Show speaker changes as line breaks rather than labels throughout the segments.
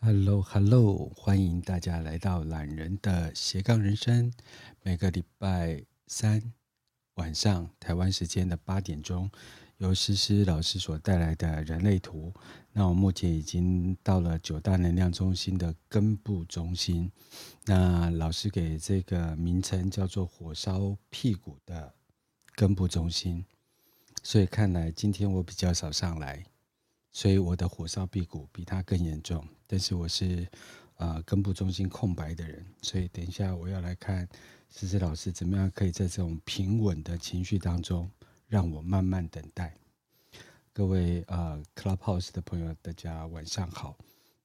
Hello，Hello，欢迎大家来到懒人的斜杠人生。每个礼拜三晚上台湾时间的八点钟，由诗诗老师所带来的人类图。那我目前已经到了九大能量中心的根部中心。那老师给这个名称叫做“火烧屁股”的根部中心。所以看来今天我比较少上来，所以我的火烧屁股比他更严重。但是我是呃根部中心空白的人，所以等一下我要来看思思老师怎么样可以在这种平稳的情绪当中，让我慢慢等待。各位呃 Clubhouse 的朋友，大家晚上好，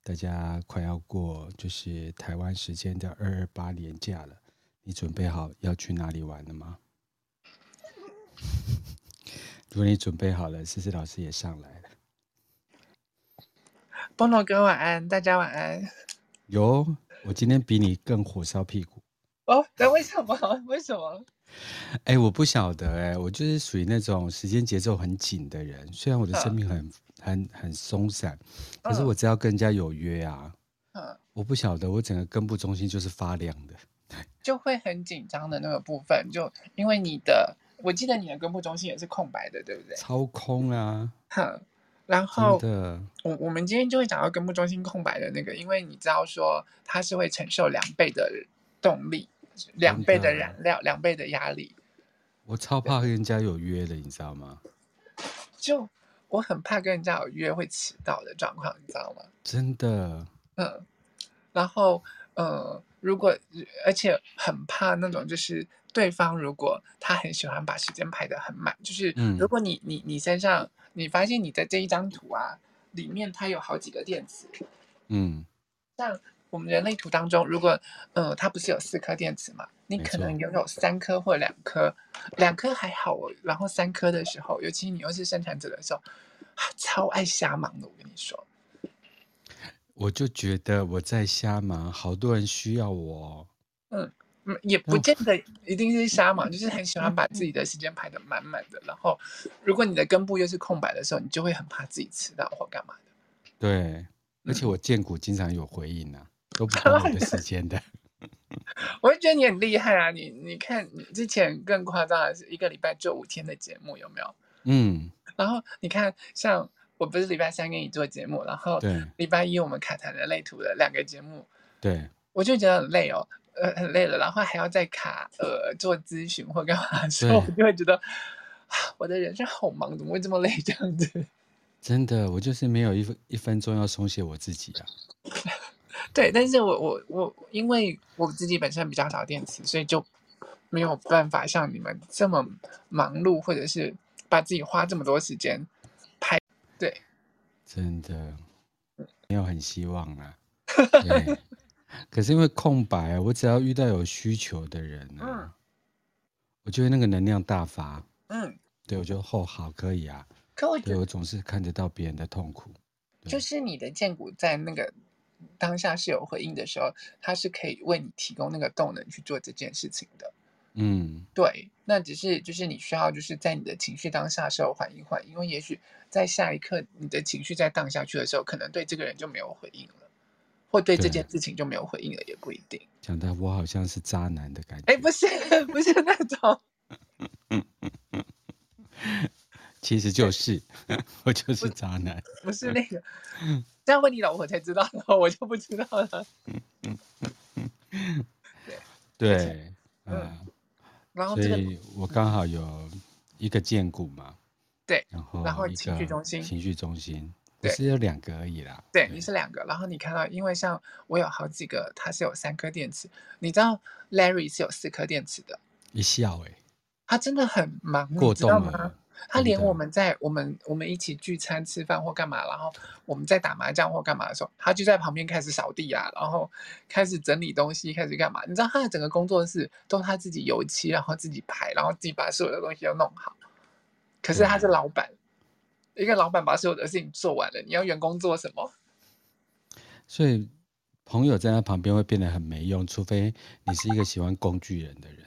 大家快要过就是台湾时间的二二八年假了，你准备好要去哪里玩了吗？ 如果你准备好了，思思老师也上来了。
菠萝哥晚安，大家晚安。
有，我今天比你更火烧屁股。
哦，那为什么？ 为什么？
哎、我不晓得哎、我就是属于那种时间节奏很紧的人。虽然我的生命很、很很松散，可是
嗯
我只要跟人家有约啊，
嗯，
我不晓得我整个根部中心就是发亮的。
就会很紧张的那个部分，就因为你的，我记得你的根部中心也是空白的，对不对？
超空啊，
哼，然
真
后
的，
我我们今天就会讲到根部中心空白的那个，因为你知道说它是会承受两倍的动力、两倍的燃料、两倍的压力，
我超怕跟人家有约的，你知道吗？
就我很怕跟人家有约会迟到的状况，你知道吗？
真的，
嗯，然后呃，如果而且很怕那种就是对方如果他很喜欢把时间排得很满，就是
嗯
如果你你你身上你发现你的这一张图啊里面它有好几个电池，
嗯，
像我们人类图当中，如果呃它不是有四颗电池嘛，你
没
可
错
能拥有三颗或两颗，两颗还好哦，然后三颗的时候，尤其你又是生产者的时候，啊超爱瞎忙的，我跟你说，
我就觉得我在瞎忙，好多人需要我哦、
嗯，也不
那
见得一定是瞎忙，就是很喜欢把自己的时间排得满满的。然后，如果你的根部又是空白的时候，你就会很怕自己迟到或干嘛的。
对，而且
嗯
我荐股经常有回应啊，都不管我的时间的。
我会觉得你很厉害啊！你你看，你之前更夸张的是一个礼拜做五天的节目，有没有？
嗯，
然后你看，像我不是礼拜三给你做节目，然后
对
礼拜一我们卡谈人类图的两个节目，
对，
我就觉得很累哦，呃，很累了，然后还要再卡呃做咨询或干嘛的时候，
对
我就会觉得啊，我的人生好忙，怎么会这么累这样子？
真的，我就是没有一分一分钟要松懈我自己啊。
对，但是我我我，因为我自己本身比较少电池，所以就没有办法像你们这么忙碌，或者是把自己花这么多时间拍。对，
真的没有很希望啊。对，可是因为空白啊，我只要遇到有需求的人啊，我就会那个能量大发。
嗯，
对，我就哦好可以啊。
可我觉
对
得
我总是看得到别人的痛苦。对
就是你的剑骨在那个当下是有回应的时候，它是可以为你提供那个动能去做这件事情的。
嗯，
对，那只是就是你需要就是在你的情绪当下的时候缓一缓，因为也许在下一刻你的情绪再荡下去的时候，可能对这个人就没有回应了，或对这
对
件事情就没有回应了，也不一定。
讲的我好像是渣男的感觉。
哎，不是不是那种，
其实就是， 我就是渣男。
不是那个，
嗯
这样问你老婆才知道，然后我就不知道了。
对，
嗯
嗯，
然后
所
这个
以我刚好有一个荐股嘛，
对，
然后
然后
一
情绪
个
中心
情绪中心，我
对
是有两个而已啦。
对，你是两个。然后你看到，因为像我有好几个，它是有三颗电池，你知道 Larry 是有四颗电池的，
一笑哎、
他真的很忙，你
过
知
动
道吗？
了，
他
真
连
的
我们在我们我们一起聚餐吃饭或干嘛，然后我们在打麻将或干嘛的时候，他就在旁边开始扫地啊，然后开始整理东西，开始干嘛？你知道他的整个工作室都他自己油漆，然后自己排，然后自己把所有的东西都弄好。可是他是
对
老板，一个老板把所有的事情做完了，你要员工做什么？
所以朋友在他旁边会变得很没用，除非你是一个喜欢工具人的 人。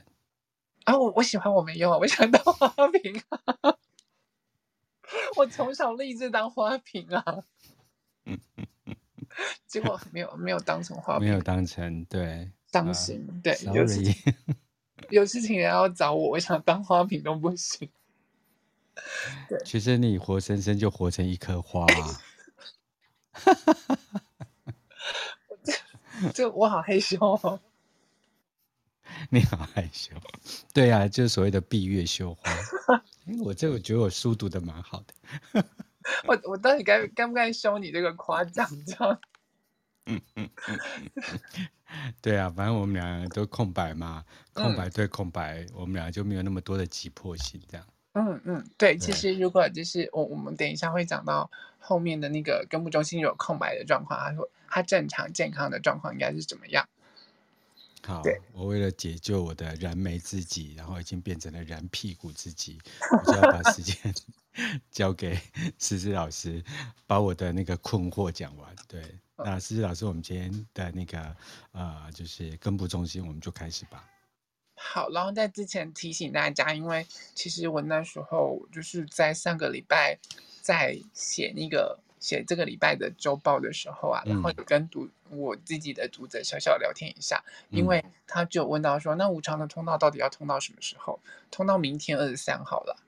啊，我我喜欢我没用，我喜欢当花瓶啊！我从小立志当花瓶啊！结果没有没有当成画
没
饼
有，当成对，
伤
啊
心。对，哎有事
sorry，
情有事情也要找我，我想当花瓶都不行。
其实你活生生就活成一颗花啊
这我好害羞、哦。
你好害羞。 对啊，就是所谓的闭月羞 花。哎，我这我觉得我书读的蛮好的。
我我到底该该不该收你这个夸奖？这样
对啊，反正我们俩都空白嘛，空
嗯
白对空白，我们俩就没有那么多的急迫性，这样。
嗯嗯，对，其
对
实如果就是我我们等一下会讲到后面的那个根部中心有空白的状况，它会它正常健康的状况应该是怎么样？
好
对，
我为了解救我的燃眉自己，然后已经变成了燃屁股自己，我就要把时间 交给思思老师，把我的那个困惑讲完。对，
嗯
那思思老师，我们今天的那个呃，就是根部中心，我们就开始吧。
好，然后在之前提醒大家，因为其实我那时候就是在上个礼拜在写那个写这个礼拜的周报的时候啊，然后
嗯
有跟读我自己的读者小小聊天一下，因
嗯
为他就有问到说，那无偿的通道到底要通到什么时候？通到明天二十三号了。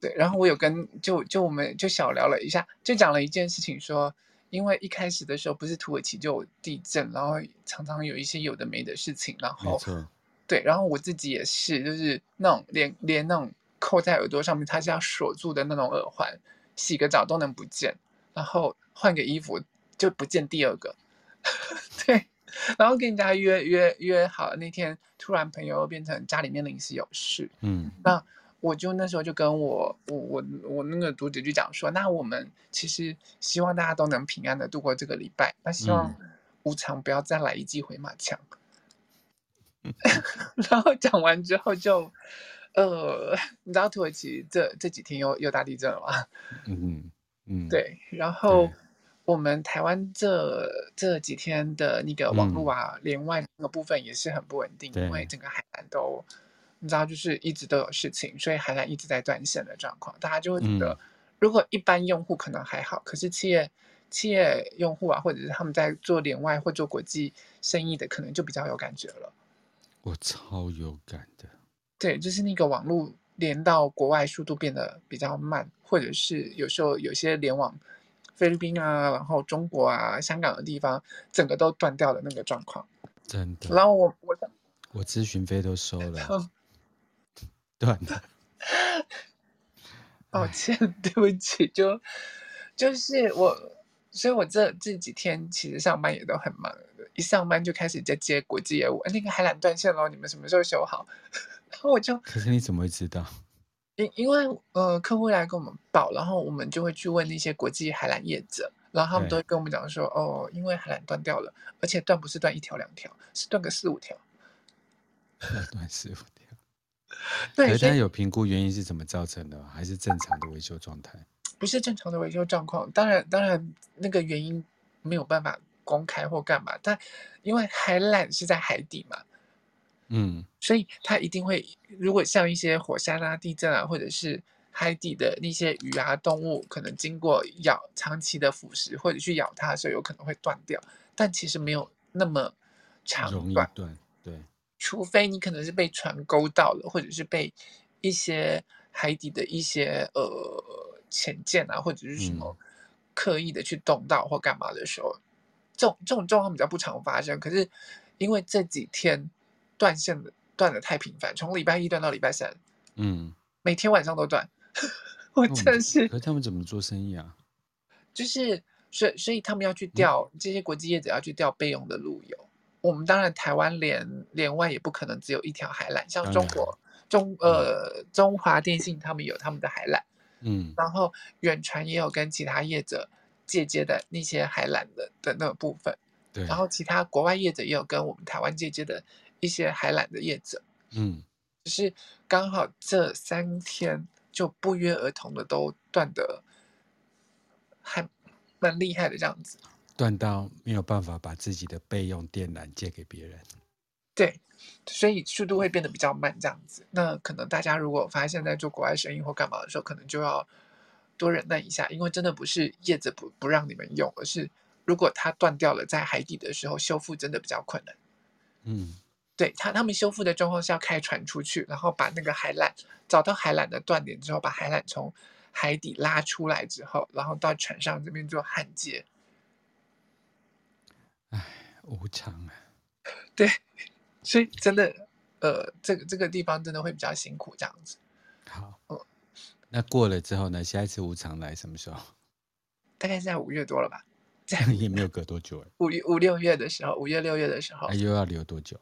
对，然后我有跟就就我们就小聊了一下，就讲了一件事情说，因为一开始的时候不是土耳其就有地震，然后常常有一些有的没的事情，然
没
后
错，
对，然后我自己也是，就是那种连连那种扣在耳朵上面，它是要锁住的那种耳环，洗个澡都能不见，然后换个衣服就不见第二个。 对，然后跟人家约约约好那天，突然朋友变成家里面临时有事，
嗯
我就那时候就跟我我我我那个读者就讲说，那我们其实希望大家都能平安的度过这个礼拜，那希望无常不要再来一记回马枪。 然后讲完之后就，呃，你知道土耳其这这几天又又大地震了吗？
嗯嗯，，
对，然后我们台湾这这几天的那个网络啊，连外那个部分也是很不稳定，因为
嗯对
整个海南都，你知道，就是一直都有事情，所以海南一直在断线的状况，大家就会觉得，
嗯
如果一般用户可能还好，可是企业企业用户啊，或者是他们在做连外或做国际生意的，可能就比较有感觉了。
我超有感的。
对，就是那个网络连到国外速度变得比较慢，或者是有时候有些联网菲律宾啊，然后中国啊、香港的地方，整个都断掉的那个状况。
真的，
然后我我
我咨询费都收 了，
哦
断了。
抱歉， 对不起，就就是我，所以我这这几天其实上班也都很忙，一上班就开始在接国际业务，哎那个海缆断线了，你们什么时候修好？ 然后我就
可是你怎么会知道？
因因为呃，客户来跟我们报，然后我们就会去问那些国际海缆业者，然后他们
对
都会跟我们讲说，哦，因为海缆断掉了，而且断不是断一条两条，是断个四五条。
那断十五天。可
对，
是
所
他
以
有评估原因是怎么造成的吗？还是正常的维修状态？
不是正常的维修状况。当然，当然那个原因没有办法公开或干嘛，但因为海缆是在海底嘛，
嗯，
所以它一定会，如果像一些火山啊、地震啊，或者是海底的那些鱼啊、动物，可能经过咬长期的腐蚀或者去咬它的时候，有可能会断掉，但其实没有那么
容
长
易
断，
断。对，
除非你可能是被船勾到了，或者是被一些海底的一些呃潜舰啊，或者是什么刻意的去动到或干嘛的时候，这种这种状况比较不常发生。可是因为这几天断线的断的太频繁，从礼拜一断到礼拜三，
嗯，
每天晚上都断， 我
那我们
真
怎
的
么
是
可是他们怎么做生意啊？
就是所以所以他们要
嗯
去调、这些国际业者要去调备用的路由。我们当然台湾连连外也不可能只有一条海缆，像
当
中
然
国中呃中华电信他们有他们的海缆，
嗯，
然后远传也有跟其他业者借接的那些海缆的的那个部分，
对，
然后其他国外业者也有跟我们台湾借接的一些海缆的业者，
嗯，
只是刚好这三天就不约而同的都断的还蛮厉害的这样子。
断到没有办法把自己的备用电缆借给别人。
对，所以速度会变得比较慢，这样子。那可能大家如果发现，在做国外生意或干嘛的时候，可能就要多忍耐一下，因为真的不是业者不不让你们用，而是如果它断掉了，在海底的时候修复真的比较困难。
嗯
对他，他们修复的状况是要开船出去，然后把那个海缆找到海缆的断点之后，把海缆从海底拉出来之后，然后到船上这边做焊接。
无常啊，
所以真的，呃，这个这个地方真的会比较辛苦这样子。
好
哦。
那过了之后呢？下一次无常来什么时候？
大概是在五月多了吧，
也没有隔多久哎、
五月五六月的时候，五月六月的时候
那、，又要留多久？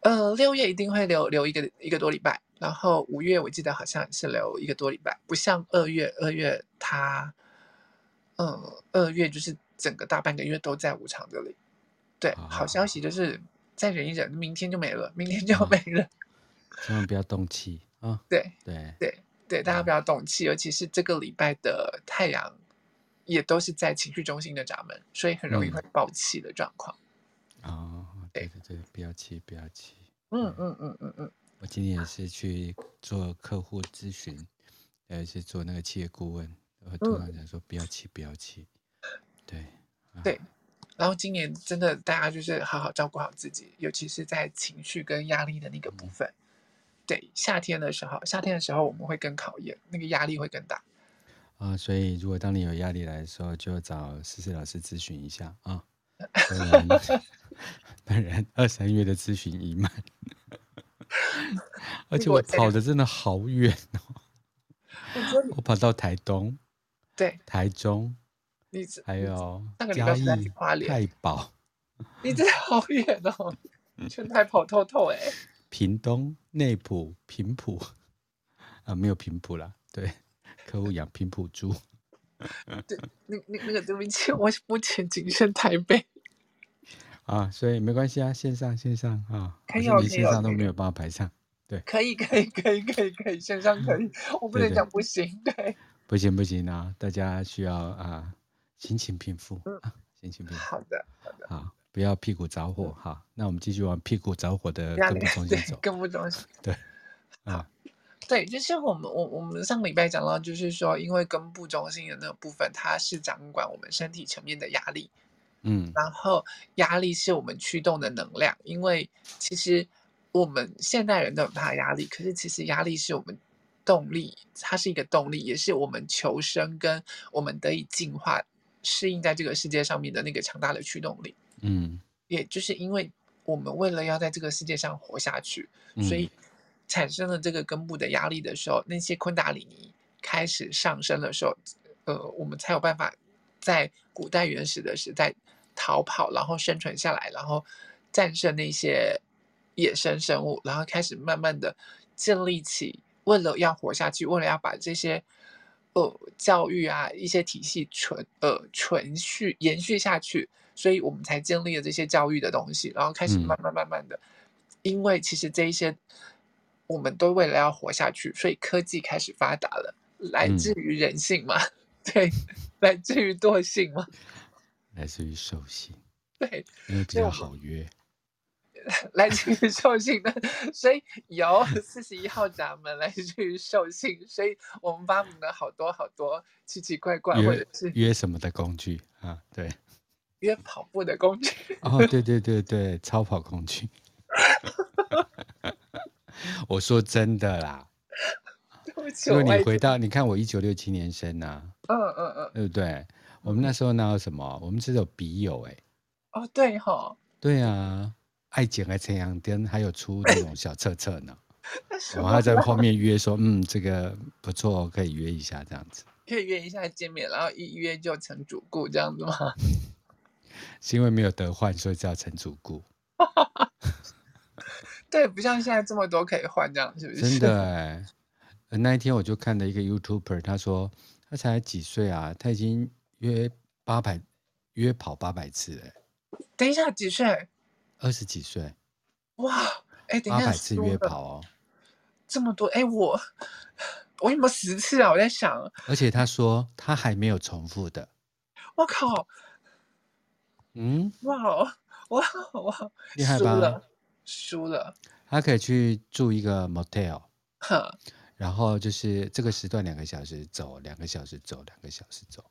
呃，六月一定会留留一个一个多礼拜，然后五月我记得好像是留一个多礼拜，不像二月，二月它，嗯，二月就是整个大半个月都在无常这里。对，好消息就是再忍一忍，明天就没了，明天就
啊嗯
没了。
千万不要动气啊！
对
对，
对，大家
嗯
不要动气，尤其是这个礼拜的太阳也都是在情绪中心的闸门，所以很容易
嗯
会爆气的状况。
哦，对
对
对对，不要气，不要气。
嗯嗯嗯嗯嗯，
我今天也是去做客户咨询，还有是做那个企业顾问，
嗯
我通常讲说不要气，不要气。对，啊
对然后今年真的大家就是好好照顾好自己，尤其是在情绪跟压力的那个部
嗯
分。对，夏天的时候，夏天的时候我们会更考验，那个压力会更大。
啊，所以如果当你有压力来的时候，就找思思老师咨询一下啊，不然 不然二三月的咨询已 满。而且
如果
我
这
跑
样
的真的好远哦，
我觉得你
我跑到台东、
对
台中，
你这
还有
上个礼
嘉
拜是在
义、
花莲
太保、
你真的
嗯
好远哦，全台跑透透哎、
屏东、内埔、平埔，啊，没有平埔啦，对，客户养平埔猪，
那那那个对不起，我目前仅限台北。
啊，所以没关系啊，线上线上啊，
可
我
以
是
哦
连
可以
线
哦
上都
可以
没有办法排上，
可以可以可以可以可以，线上可以，我不
对
能
嗯对
讲不行。对，
不行不行啊，大家需要啊心情平复
嗯
啊，心情平复
好的好的，
啊，不要屁股着火哈。那我们继续往屁股着火的
让
根
你
部中
嗯对
心走
更不懂事。
啊，
对，就是我们我我们上礼拜讲到，就是说，因为根部中心的那个部分，它是掌管我们身体层面的压力，
嗯
然后压力是我们驱动的能量，因为其实我们现代人都很怕压力，可是其实压力是我们动力，它是一个动力，也是我们求生跟我们得以进化、适应在这个世界上面的那个强大的驱动力。
嗯
也就是因为我们为了要在这个世界上活下去，
嗯，
所以产生了这个根部的压力的时候，那些昆达里尼开始上升的时候，呃，我们才有办法在古代原始的时代逃跑，然后生存下来，然后战胜那些野生生物，然后开始慢慢的建立起为了要活下去，为了要把这些。呃，教育啊，一些体系存呃存续延续下去，所以我们才建立了这些教育的东西，然后开始
嗯
慢慢慢慢的，因为其实这一些我们都为了要活下去，所以科技开始发达了，
嗯
来自于人性嘛， 对，来自于惰性嘛，
嗯来自于兽性，
对，
因为比
所以
较
我
好约。
来自于兽性的， 所以有四十一号闸门来自于兽性，所以我们发明了好多好多奇奇怪怪或者
约
是
约什么的工具啊？对，
约跑步的工具，
哦，对对对对，超跑工具。 我说真的啦，
对不起，
如果
我
你
外
回到，你看我一九六七年生呐、啊
嗯嗯嗯，
对不对？我们那时候哪有什么？我们只有笔友哎、
哦对哈，
对啊，爱剪还陈阳灯，还有出那种小册册呢，
那时
我
候
们还在后面约说，嗯，这个不错哦，可以约一下这样子，
可以约一下见面，然后一约就成主顾这样子吗？
是因为没有得换，所以叫陈主顾，
对，不像现在这么多可以换，这样 是不是？
真的哎、呃那一天我就看了一个 YouTuber，他说他才几岁啊，他已经约八百约跑八百次了哎、
等一下，几岁？
二十几岁，
哇，哎，等
八
一下，
百次
输
约
了
跑哦，
这么多，哎，我我有没有十次啊？我在想，
而且他说他还没有重复的，
我靠，
嗯，
哇哦，哇哦哇哦，
厉害
输
吧
了，输了，
他可以去住一个 motel。
哼，
然后就是这个时段两个小时走，两个小时走，两个小时走，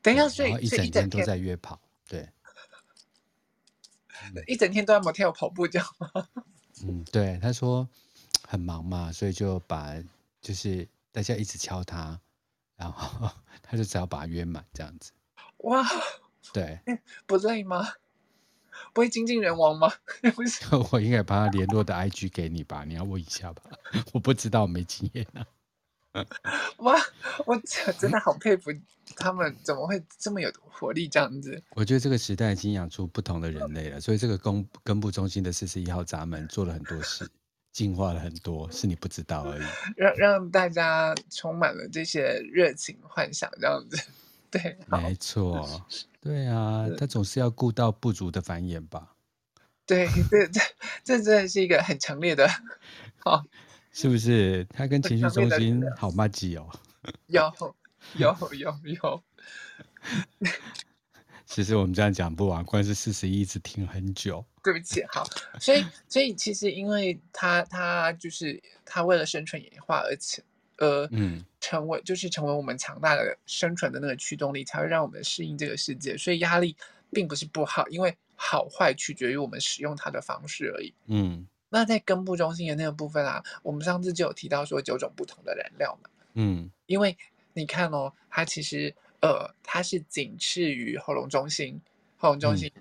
等一下，
对
所以
然后一
所以
整
一整
天都
天
在约跑，对，
一整天都在 motel 跑步这样吗？
嗯，对，他说很忙嘛，所以就把就是大家一直敲他，然后 他就只好把他约满这样子，
哇，
对，
不累吗？不会精尽人亡吗？不是，
我应该把他联络的 IG 给你吧，你要问一下吧， 我不知道，我没经验啊。
哇，我 真真的好佩服他们，怎么会这么有活力这样子？
我觉得这个时代已经养出不同的人类了，所以这个公根部中心的四十一号闸门做了很多事，进化了很多，是你不知道 而已。
让让大家充满了这些热情幻想这样子。对，好，
没 错，对啊
是，
他总是要顾到部族的繁衍吧？
对，这这这真的是一个很强烈的，好，
是不是？他跟情绪中
上面
心
的
好默契哦。
有有有有，
其实我们这样讲不完，光是四十一一直听很久。
对不起，好，所以所以其实因为他他就是他为了生存演化而且呃
嗯，
成为就是成为我们强大的生存的那个驱动力，才会让我们适应这个世界。所以压力并不是不好，因为好坏取决于我们使用它的方式而已。
嗯
那在根部中心的那个部分啊，我们上次就有提到说九种不同的燃料嘛，
嗯
因为你看哦，它其实呃它是仅次于喉咙中心，喉咙中
嗯
心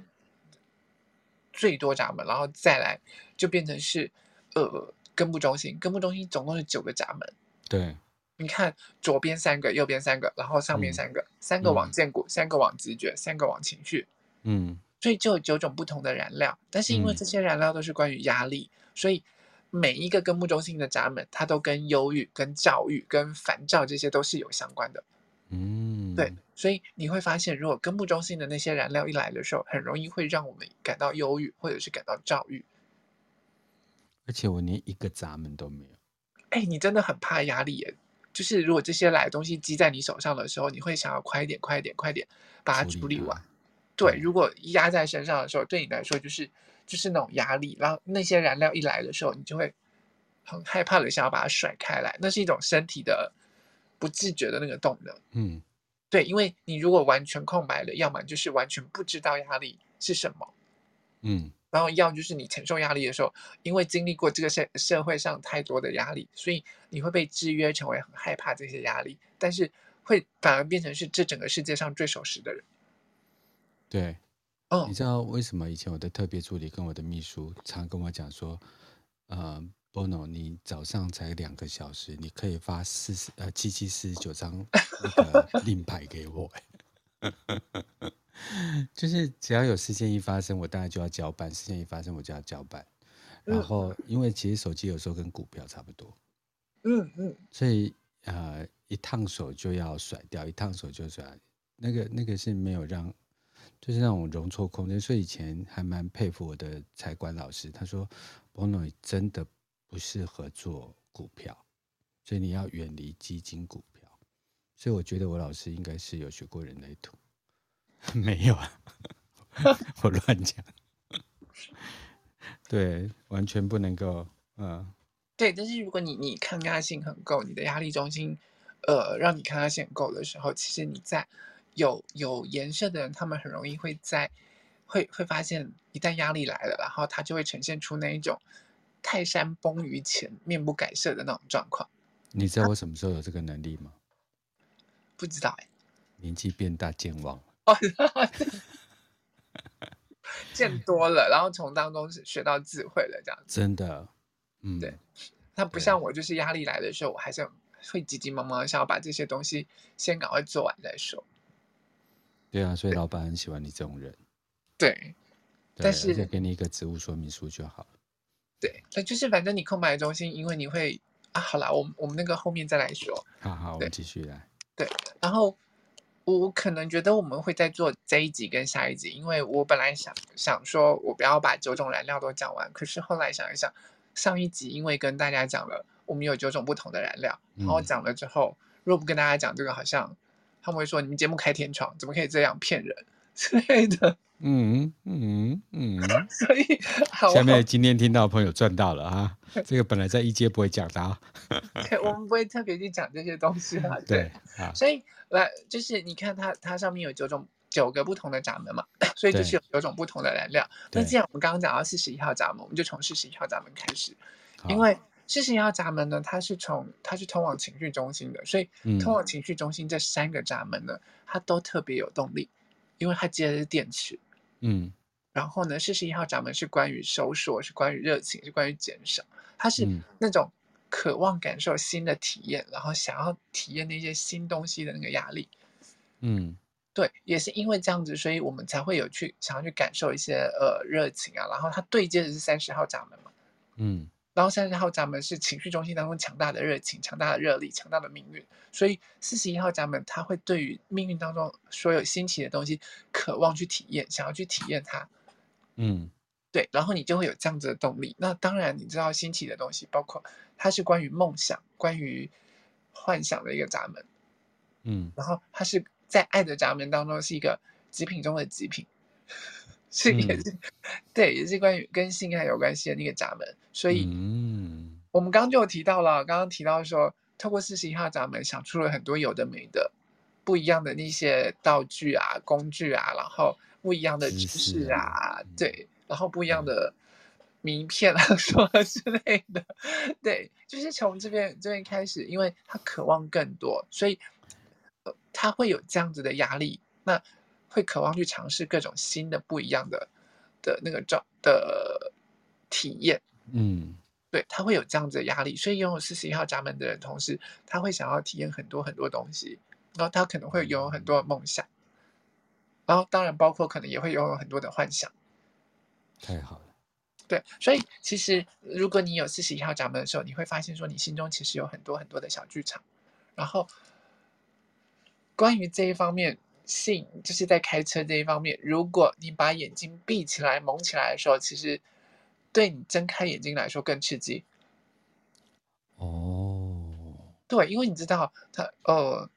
最多闸门，然后再来就变成是呃根部中心，根部中心总共是九个闸门。
对，
你看左边三个，右边三个，然后上面
嗯
三个，三个
嗯
往剑骨，三个往直觉，三个往情绪，
嗯
所以就有九种不同的燃料。但是因为
嗯
这些燃料都是关于压力，所以每一个根部中心的闸门，它都跟忧郁、跟躁郁、跟烦躁这些都是有相关的。
嗯，
对，所以你会发现，如果根部中心的那些燃料一来的时候，很容易会让我们感到忧郁，或者是感到躁郁。
而且我连一个闸门都没有。
哎，你真的很怕压力耶。就是如果这些来的东西积在你手上的时候，你会想要快一点、快一点、快一点把它
处理
处理
它
完。对，
嗯
如果压在身上的时候，对你来说就是就是那种压力，然后那些燃料一来的时候，你就会很害怕的想要把它甩开来，那是一种身体的不自觉的那个动能。
嗯
对，因为你如果完全空白了，要么就是完全不知道压力是什么，
嗯
然后要就是你承受压力的时候，因为经历过这个社社会上太多的压力，所以你会被制约成为很害怕这些压力，但是会反而变成是这整个世界上最守时的人。
对。
嗯
你，知道为什么以前我的特别助理跟我的秘书常跟我讲说，呃，Bono，你早上才两个小时，你可以发四十呃七七四十九张那个令牌给我、 就是只要有事件一发生，我大概就要交办；事件一发生，我就要交办。然
嗯
后，因为其实手机有时候跟股票差不多，
嗯嗯，
所以呃，一烫手就要甩掉，一烫手就甩，那个那个是没有让，就是那种容错空间。所以以前还蛮佩服我的财管老师，他说 Bono 你真的不适合做股票，所以你要远离基金股票。所以我觉得我老师应该是有学过人类图，没有啊，我乱讲。对，完全不能够，嗯，
对。但是如果你你抗压性很够，你的压力中心，呃，让你抗压性很够的时候，其实你在有有颜色的人，他们很容易会在会会发现，一旦压力来了，然后他就会呈现出那一种泰山崩于前面不改色的那种状况。
你知道我什么时候有这个能力吗？
不知道哎、
年纪变大，健忘了。
见多了，然后从当中是学到智慧了，这样子。
真的，嗯，
对那不
对
像我，就是压力来的时候，我还是很会急急忙忙地想要把这些东西先赶快做完再说。
对啊，所以老板很喜欢你这种人，
对
对，
但
而且
是
给你一个职务说明书就好了。
对，那就是反正你空白的中心，因为你会啊，好啦，我们我们那个后面再来说。
好好，我
对
们继续来。
然后我我可能觉得我们会再做这一集跟下一集，因为我本来想想说我不要把九种燃料都讲完，可是后来想一想，上一集因为跟大家讲了我们有九种不同的燃料，然后
嗯
讲了之后，如果不跟大家讲这个，好像他们会说你们节目开天窗，怎么可以这样骗人之类的。
嗯嗯嗯。
所以 好，啊
下面今天听到的朋友赚到了啊！这个本来在一阶不会讲的啊。
对我们不会特别去讲这些东西啦。
对，啊，
所以来就是你看它它上面有九种九个不同的闸门嘛， 所以就是有九种不同的燃料。那
对
既然我们刚刚讲到四十一号闸门，我们就从四十一号闸门开始，
好
因为四十一号闸门呢，它是从它是通往情绪中心的，所以
嗯
通往情绪中心这三个闸门呢，它都特别有动力，因为它接的是电池。
嗯
然后呢，四十一号闸门是关于收缩，是关于热情，是关于减少，它是
嗯
那种渴望感受新的体验，然后想要体验那些新东西的那个压力。
嗯
对，也是因为这样子，所以我们才会有去想要去感受一些呃热情啊。然后它对接的是三十号闸门嘛，
嗯
然后三十号闸门是情绪中心当中强大的热情、强大的热力、强大的命运，所以四十一号闸门它会对于命运当中所有新奇的东西渴望去体验，想要去体验它。
嗯
对，然后你就会有这样子的动力。那当然，你知道新奇的东西，包括它是关于梦想、关于幻想的一个闸门，
嗯，
然后它是在爱的闸门当中是一个极品中的极品， 是也
嗯
是、对，也是关于跟性爱有关系的那个闸门。所以
嗯
我们刚刚就有提到了，刚刚提到说，透过四十一号闸门想出了很多有的没的不一样的那些道具啊、工具啊，然后不一样的
知
知
识
识
啊
啊，
嗯
对，然后不一样
嗯
的名片啊、 说之类的，对，就是从这边这边开始，因为他渴望更多，所以、呃、他会有这样子的压力，那会渴望去尝试各种新的不一样的的那个状的体验。
嗯
对，他会有这样子的压力，所以拥有四十一号闸门的人，同时他会想要体验很多很多东西，然后他可能会拥有很多的梦想，然后当然包括可能也会拥有很多的幻想。
太好了，
对，所以其实如果你有四十一号闸门的时候，你会发现说你心中其实有很多很多的小剧场，然后关于这一方面。性就是在开车这一方面，如果你把眼睛闭起来、蒙起来的时候，其实对你睁开眼睛来说更刺激，
哦，
对，因为你知道他呃，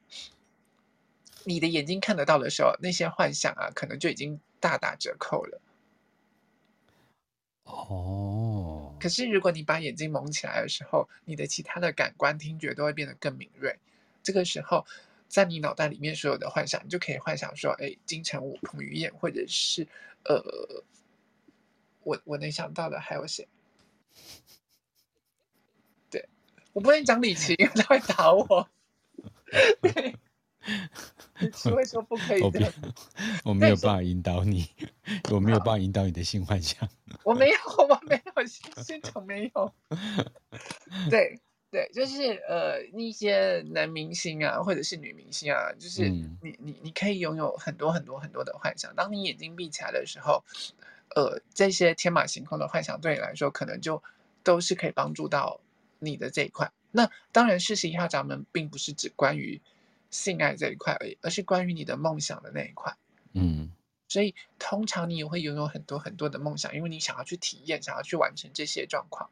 你的眼睛看得到的时候，那些幻想啊，可能就已经大打折扣了。
哦，
可是如果你把眼睛蒙起来的时候，你的其他的感官听觉都会变得更敏锐。这个时候，在你脑袋里面所有的幻想，你就可以幻想说，哎，金城武、彭于晏，或者是呃，我我能想到的还有谁？对，我不能讲李琦，他会打我。 对， 李琦会说不可以
我
这
哦不
样。，
我没有
但是
办法引导你，我没有办法引导你的性幻想。
我没有，我没有，现现场没有。对对，就是呃，那些男明星啊，或者是女明星啊，就是
嗯
你你你可以拥有很多很多很多的幻想。当你眼睛闭起来的时候，呃，这些天马行空的幻想对你来说，可能就都是可以帮助到你的这一块。那当然，事实一号闸门并不是只关于性爱这一块而已，而是关于你的梦想的那一块。
嗯
所以通常你也会拥有很多很多的梦想，因为你想要去体验，想要去完成这些状况。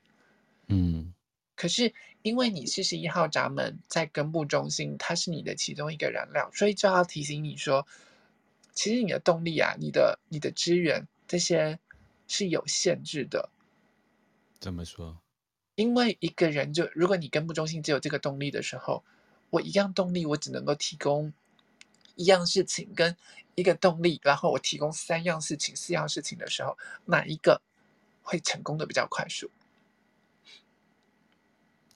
嗯
可是因为你四十一号闸门在根部中心，它是你的其中一个燃料，所以就要提醒你说，其实你的动力啊，你的你的资源这些是有限制的。
这么说？
因为一个人就，如果你根部中心只有这个动力的时候，我一样动力，我只能够提供一样事情跟一个动力，然后我提供三样事情、四样事情的时候，哪一个会成功的比较快速？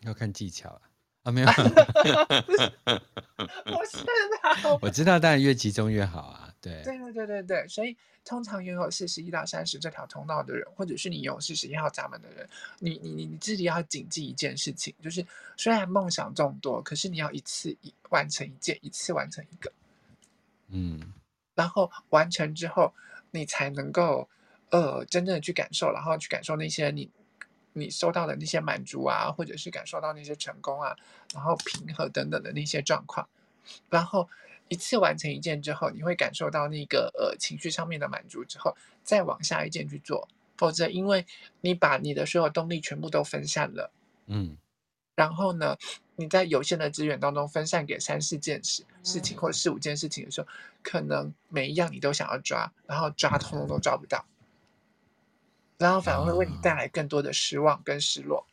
要看技巧啊！啊，没有，
不是啦，
我知道，当然越集中越好啊。对，
对对对对对，所以通常拥有四十一到三十这条通道的人，或者是你拥有四十一号闸门的人，你你你你自己要谨记一件事情，就是虽然梦想众多，可是你要一次一完成一件，一次完成一个。
嗯
然后完成之后，你才能够呃真正的去感受，然后去感受那些你你收到的那些满足啊，或者是感受到那些成功啊，然后平和等等的那些状况。然后一次完成一件之后，你会感受到那个呃情绪上面的满足之后，再往下一件去做。否则，因为你把你的所有动力全部都分散了，
嗯
然后呢，你在有限的资源当中分散给三四件事事
嗯
情或者四五件事情的时候，可能每一样你都想要抓，然后抓通通都抓不到，然后反而会为你带来更多的失望跟失落。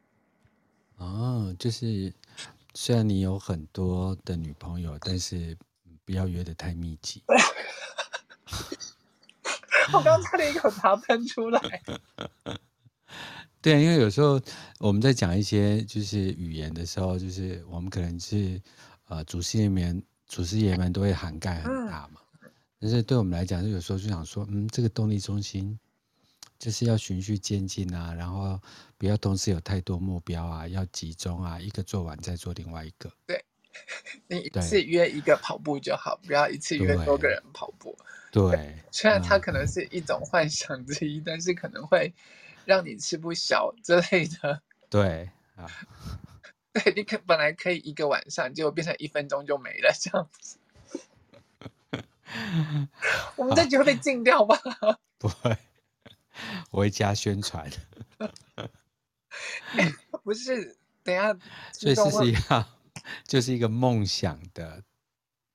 哦，就是虽然你有很多的女朋友，但是不要约的太密集。
我
哦
刚差点一口茶喷出 来。
对，因为有时候我们在讲一些就是语言的时候，就是我们可能是呃祖师爷们祖师爷们都会涵盖很大嘛，
嗯
但是对我们来讲，就有时候就想说，嗯，这个动力中心就是要循序渐进啊，然后不要同时有太多目标啊，要集中啊，一个做完再做另外一个。
你一
对
次约一个跑步就好，不要一次约多个
对
人跑步。
对，
虽然它
嗯
可能是一种幻想之一，但是可能会让你吃不消之类的。
对啊，
对你可本来可以一个晚上，结果变成一分钟就没了这样子。我们这集会被禁掉吧？
不会，我会加宣传，
不是，等一下
所
听
以
众
四十
会
一号就是一个梦想的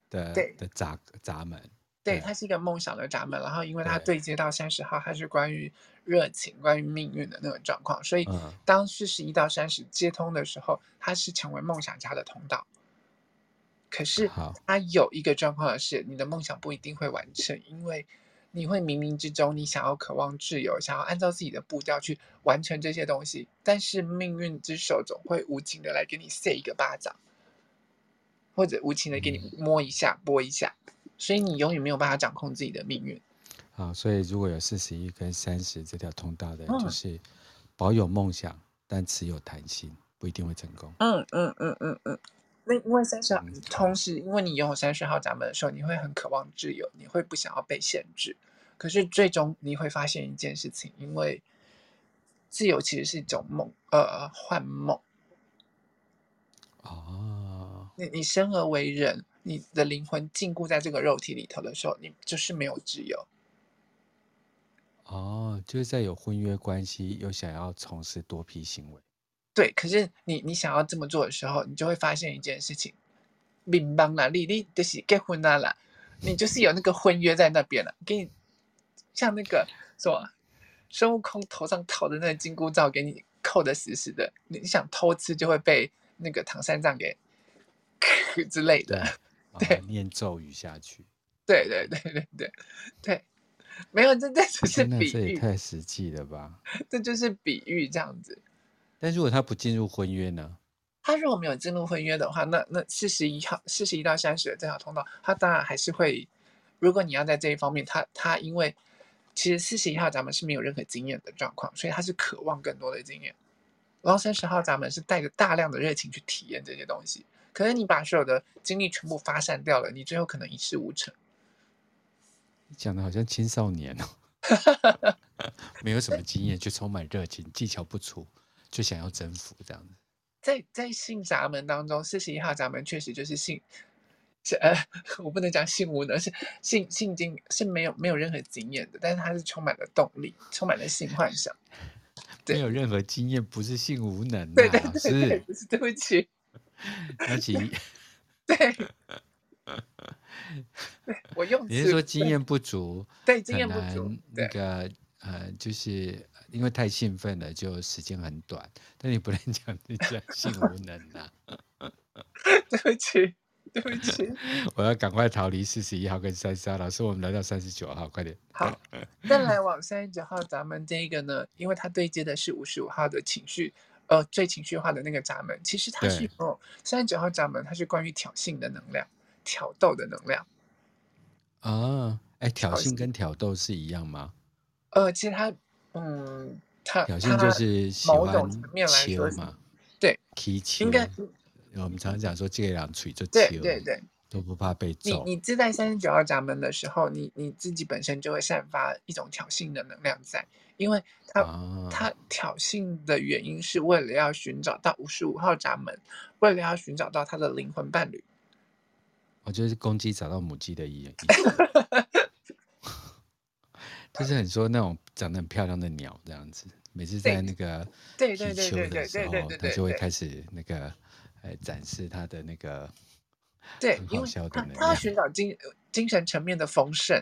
的
对
的闸闸门。
对，
对
它是一个梦想的闸门，然后因为它
对
对接到三十号，它是关于热情、关于命运的那种状况，所以
嗯
当四十一到三十接通的时候，它是成为梦想家的通道。可是
好
它有一个状况是，你的梦想不一定会完成，因为你会冥冥之中你想要渴望自由，想要按照自己的步调去完成这些东西，但是命运之手总会无情的来给你塞一个巴掌，或者无情的给你摸一下、拨一下。所以你永远没有办法掌控自己的命运。
好，啊所以如果有四十一跟三十这条通道的人，就
嗯
是保有梦想，但持有弹性，不一定会成功。
嗯嗯嗯嗯嗯。那因为三十号
嗯好，
同时因为你拥有三十号闸门的时候，你会很渴望自由，你会不想要被限制。可是最终你会发现一件事情，因为自由其实是一种梦，呃，幻梦。
哦，
你你生而为人，你的灵魂禁锢在这个肉体里头的时候，你就是没有自由。
哦，就是在有婚约关系又想要从事多批行为。
对，可是你你想要这么做的时候，你就会发现一件事情，明白啦，你你就是结婚啦啦，你就是有那个婚约在那边了，给你像那个什么孙悟空头上套的那个金箍罩，给你扣的死死的，你想偷吃就会被那个唐三藏给 之类的。
哦
对
念咒语下去。
对对对对对对，没有，这这只是
天哪，
比
这也
喻，
太实际了吧！
这就是比喻这样子。
但如果他不进入婚约呢？
他如果没有进入婚约的话，那那四十一号、四十一到三十的这条通道，他当然还是会。如果你要在这一方面，他他因为其实四十一号闸门是没有任何经验的状况，所以他是渴望更多的经验。然后三十号闸门是带着大量的热情去体验这些东西，可是你把所有的精力全部发散掉了，你最后可能一事无成。
你讲的好像青少年 哦，没有什么经验，却充满热情，技巧不足，就想要征服这样子。
在在性闸门当中，四十一号闸门确实就是性，是呃， 我不能讲性无能，是性性经是没有没有任何经验的，但是它是充满了动力，充满了性幻想。对
没有任何经验，不是性无能、啊，
对对
老
对对，
师，
不是对不起，
而 且
对，我用
你是说
词
经验不足，
对 经
很
验不足
难，那
对
个呃，就是因为太兴奋了，就时间很短。但你不能讲 人家性无能啊！
对不起，对不起。
我要赶快逃离四十一号跟三十二。老师，我们来到三十九号，快点。
好，再来往三十九号闸门这一个呢，因为它对接的是五十五号的情绪，呃，最情绪化的那个闸门，其实它是
对
哦，三十九号闸门它是关于挑衅的能量、挑逗的能量。
啊，哎，挑
挑
衅
衅
跟挑逗是一样吗？
呃，其实它，嗯，它
挑衅就是喜
某
欢
种层面来
切
说是
嘛，
对，
踢
应
球。
该嗯
我们常常讲说，这两腿就
对
切，
对对，
都不怕被
你
揍。
你自带三十九号闸门的时候，你你自己本身就会散发一种挑衅的能量在，因为它、
啊，
它挑衅的原因是为了要寻找到五十五号闸门，为了要寻找到他的灵魂伴侣。
我觉得是公鸡找到母鸡的意意思， 就是很说那种长得很漂亮的鸟这样子，每次在那个
对
踢
对对
球
对
的
对
时
对对
候，
对
它
对
就会
对
开始那个呃展示他的那个
对
很，
因
好
为
笑的
他
能
他要
量。
寻找精呃精神层面的丰盛，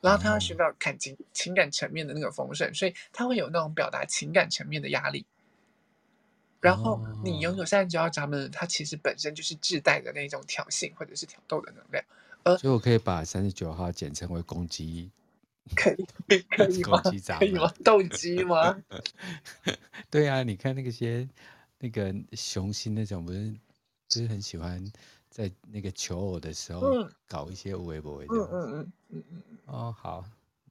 然后他要寻
哦
找感情情感层面的那个丰盛，所以他会有那种表达情感层面的压力。然后你拥
哦
有善九号闸门，它其实本身就是自带的那种挑衅或者是挑逗的能量，而
所以我可以把三十九号简称为公鸡，
可以可以
公
吗？
鸡闸
可以
门。
吗？斗 鸡吗？
对啊，你看那个些那个雄性那种，不是就是很喜欢在那个求偶的时候
嗯
搞一些无微不微这
嗯
样子。
嗯哎嗯嗯嗯嗯。
哦，好，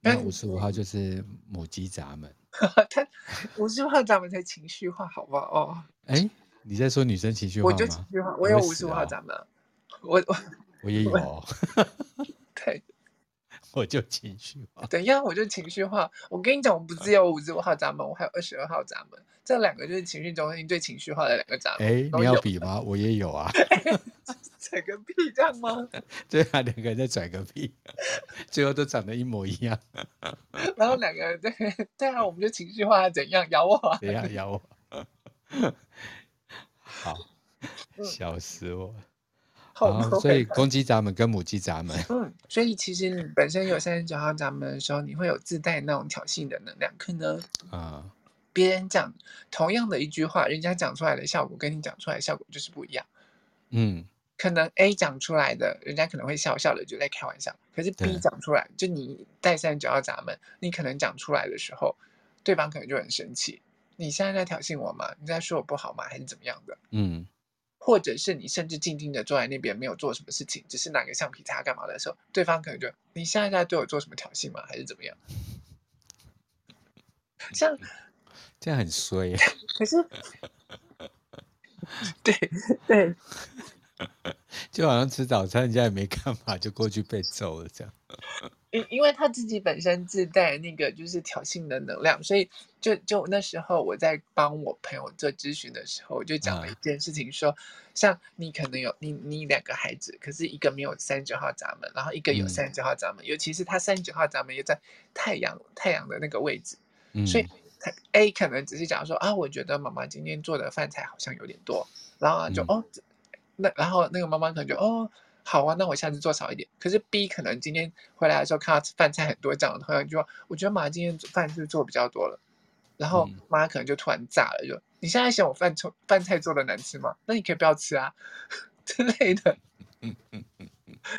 那
但
五十五号就是母鸡闸门。
他五十号闸门才情绪化，好不好？哦，
哎，你在说女生情绪
我
化
就情
吗？
绪化，
你
我有
会
五
死
十五号
哦，
闸门啊，我我
我也有
我
哦，
对。
我就情绪化。
等一下，我就情绪化。我跟你讲，我
嗯
不只有五十五号闸门，我还有二十二号闸门，这两个就是情绪中心最情绪化的两个闸门，
哎，
都
你要
有。
比吗？我也有啊。
踩个屁，这样吗？
对啊，两个人在拽个屁， 最后都长得一模一样。
然后两个人对对啊，我们就情绪化，怎样咬我啊？
等一下咬我？ 好，
嗯，
笑死我了。
好
好，啊所以
会。
公鸡闸门跟母鸡闸门，
嗯，所以其实你本身有三十九号闸门的时候，你会有自带那种挑衅的能量，可能
啊、
别人讲同样的一句话，人家讲出来的效果跟你讲出来的效果就是不一样。
嗯，
可能 A 讲出来的，人家可能会笑笑的，就在开玩笑。可是 B
对，
讲出来，就你带三十九号闸门，你可能讲出来的时候，对方可能就很生气。你现在在挑衅我吗？你在说我不好吗？还是怎么样的？
嗯，
或者是你甚至静静的坐在那边没有做什么事情，只是拿个橡皮擦干嘛的时候，对方可能就你现在在对我做什么挑衅吗？还是怎么样？ 像
这样很衰啊。
可是对 对
就好像吃早餐，人家也没干嘛，就过去被揍了这样。
因因为他自己本身自带那个就是挑衅的能量，所以就就那时候我在帮我朋友做咨询的时候，我就讲了一
啊，
件事情说，像你可能有你你两个孩子，可是一个没有三十九号闸门，然后一个有
嗯
三十九号闸门，尤其是他三十九号闸门又在太阳太阳的那个位置，所以
嗯
他 A 可能只是讲说啊，我觉得妈妈今天做的饭菜好像有点多，然后他就
嗯
哦，这那然后那个妈妈可能就哦，好啊，那我下次做少一点。可是 B 可能今天回来的时候看到饭菜很多这样，突然就说我觉得妈妈今天做饭是不是做比较多了，然后
嗯，
妈妈可能就突然炸了，就你现在嫌我饭做饭菜做的难吃吗？那你可以不要吃啊 之类的。
嗯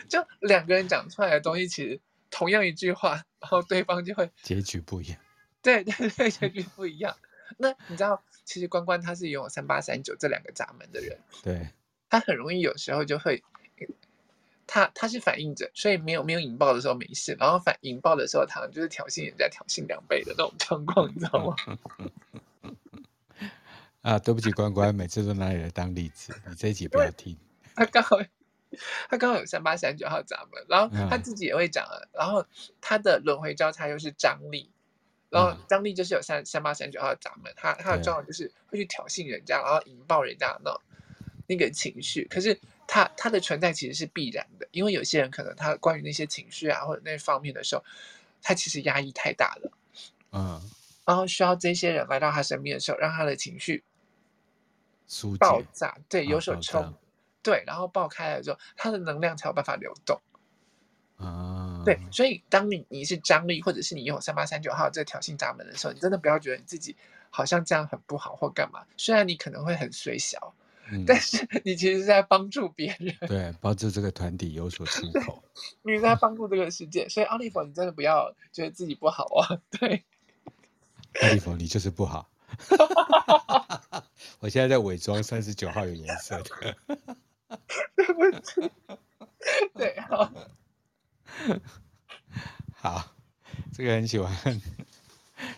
就两个人讲出来的东西，其实同样一句话，然后对方就会
结局不一样。
对 对对，结局不一样。那你知道，其实关关他是拥有三八三九这两个闸门的人，
对，
他很容易有时候就会，他他是反应者，所以没有没有引爆的时候没事，然后反引爆的时候，他就是挑衅人家挑衅两倍的那种状况，你知道吗？
啊，对不起，关关，每次都拿你来当例子，你这一集不
因为
要听。
他刚好他刚好有三八三九号闸门，然后他
嗯
自己也会讲啊，然后他的轮回交叉又是张力，然后
嗯，
张力就是有三三八三九号闸门，他他的
对，
状况就是会去挑衅人家，然后引爆人家的那种那个情绪，可是他他的存在其实是必然的，因为有些人可能他关于那些情绪啊或者那方面的时候，他其实压抑太大了，
嗯，
然后需要这些人来到他身边的时候，让他的情绪
疏
爆
解
炸，对，有
啊，
所
爆
冲，
炸
对，然后爆开了之后，他的能量才有办法流动。对，
啊，
所以当你你是张力，或者是你有三八三九号这个挑衅闸门的时候，你真的不要觉得你自己好像这样很不好或干嘛。虽然你可能会很虽小， 但
嗯，
是你其实是在帮助别人，
对，帮助这个团体有所出口。
你是在帮助这个世界。所以奥利弗，你真的不要觉得自己不好哦。 对，
奥利弗，你就是不好。 我现在在伪装三十九号有颜色的。
对不起， 对，好，
好，这个很喜欢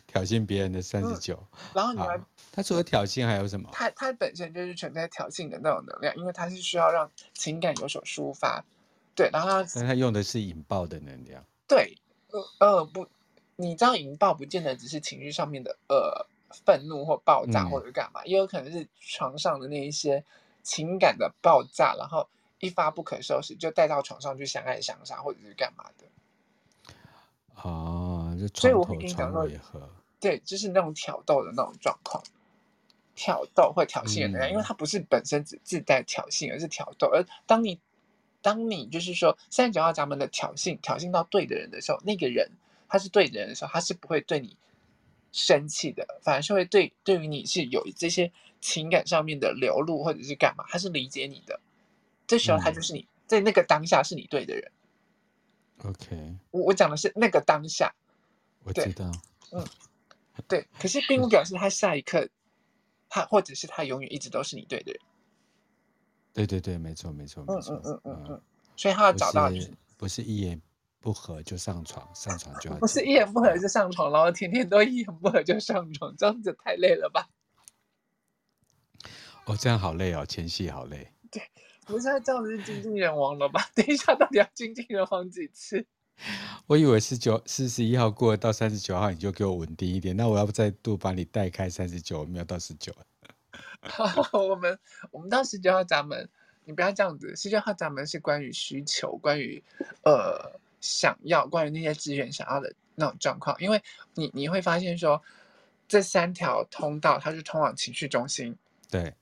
挑衅别人的三十
嗯，
九。
然后你要
好，他除了挑衅还有什么？
它它本身就是存在挑衅的那种能量，因为它是需要让情感有所抒发，对，然后它
但他用的是引爆的能量。
对，呃呃不，你这样引爆不见得只是情绪上面的呃愤怒或爆炸
嗯
或者干嘛，也有可能是床上的那一些情感的爆炸，然后一发不可收拾，就带到床上去相爱相杀或者是干嘛的。
哦，就
所以
床
我会
头
跟你讲
哦床
说，
尾和。
对，就是那种挑逗的那种状况。挑逗或挑衅人的人，
嗯
因为他不是本身自自带挑衅，而是挑逗。而当你当你就是说三十九号闸门的挑衅，挑衅到对的人的时候，那个人他是对的人的时候，他是不会对你生气的，反而是会对对于你是有这些情感上面的流露或者是干嘛，他是理解你的。这时候他
嗯
就是你、在那个当下是你对的人。
，OK，
我我讲的是那个当下，
我
对
知道，
对，可是并不表示他下一刻，他或者是他永远一直都是你对的人，
对对对，没错没错没
嗯
错，
嗯嗯嗯
嗯
所以他要
不
找到就是
是不是一言不合就上床，上床就要
不是
结
一言不合
嗯
就上床，然后天天都一言不合就上床，这样子太累了吧？
哦，这样好累哦，前戏好累。
不是，这样子是精尽人亡了吧？ 等一下到底要精尽人亡几次？
我以为是九四十一号过到三十九号，你就给我稳定一点。那我要不再度把你带开三十九，没有到十九。
好，我们我们到十九号闸门，你不要这样子。十九号闸门是关于需求，关于呃想要，关于那些资源想要的那种状况。因为你你会发现说，这三条通道它是通往情绪中心，
对，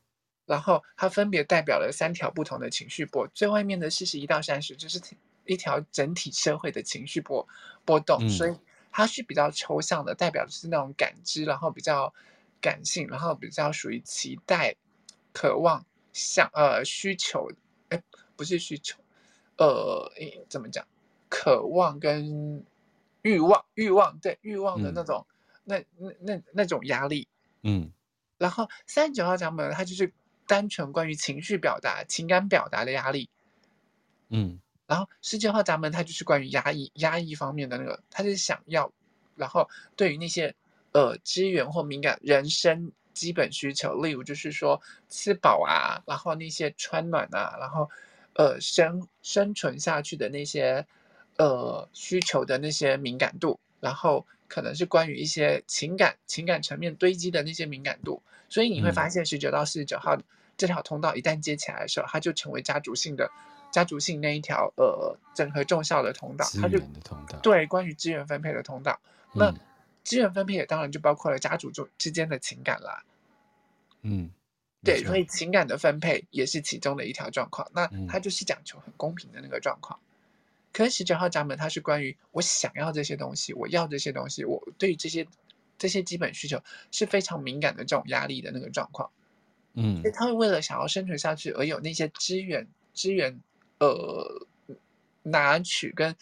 然后它分别代表了三条不同的情绪波。最外面的四十一到三十，就是一条整体社会的情绪波波动，
嗯
所以它是比较抽象的，代表的是那种感知，然后比较感性，然后比较属于期待、渴望、想呃需求，哎，不是需求，呃，诶怎么讲？渴望跟欲望，欲望对欲望的那
嗯
种，那那那那种压力，
嗯
然后三十九号闸门，它就是单纯关于情绪表达、情感表达的压力。
嗯
然后十九号闸门，它就是关于压抑、压抑方面的那个，它是想要，然后对于那些呃资源或敏感人生基本需求，例如就是说吃饱啊，然后那些穿暖啊，然后呃生生存下去的那些呃需求的那些敏感度，然后可能是关于一些情感情感层面堆积的那些敏感度，所以你会
嗯
发现十九到四十九号这条通道一旦接起来的时候，它就成为家族性的家族性那一条呃整合众效的通道，
资
它就
源的通道。，
对关于资源分配的通道。那
嗯
资源分配也当然就包括了家族之之间的情感啦，
嗯，没
对，
错
所以情感的分配也是其中的一条状况。那
嗯
它就是讲求很公平的那个状况。可是十九号闸门，它是关于我想要这些东西，我要这些东西，我对于这些这些基本需求是非常敏感的这种压力的那个状况。
嗯
所以他会为了想要生存下去而有那些资源资源呃拿取跟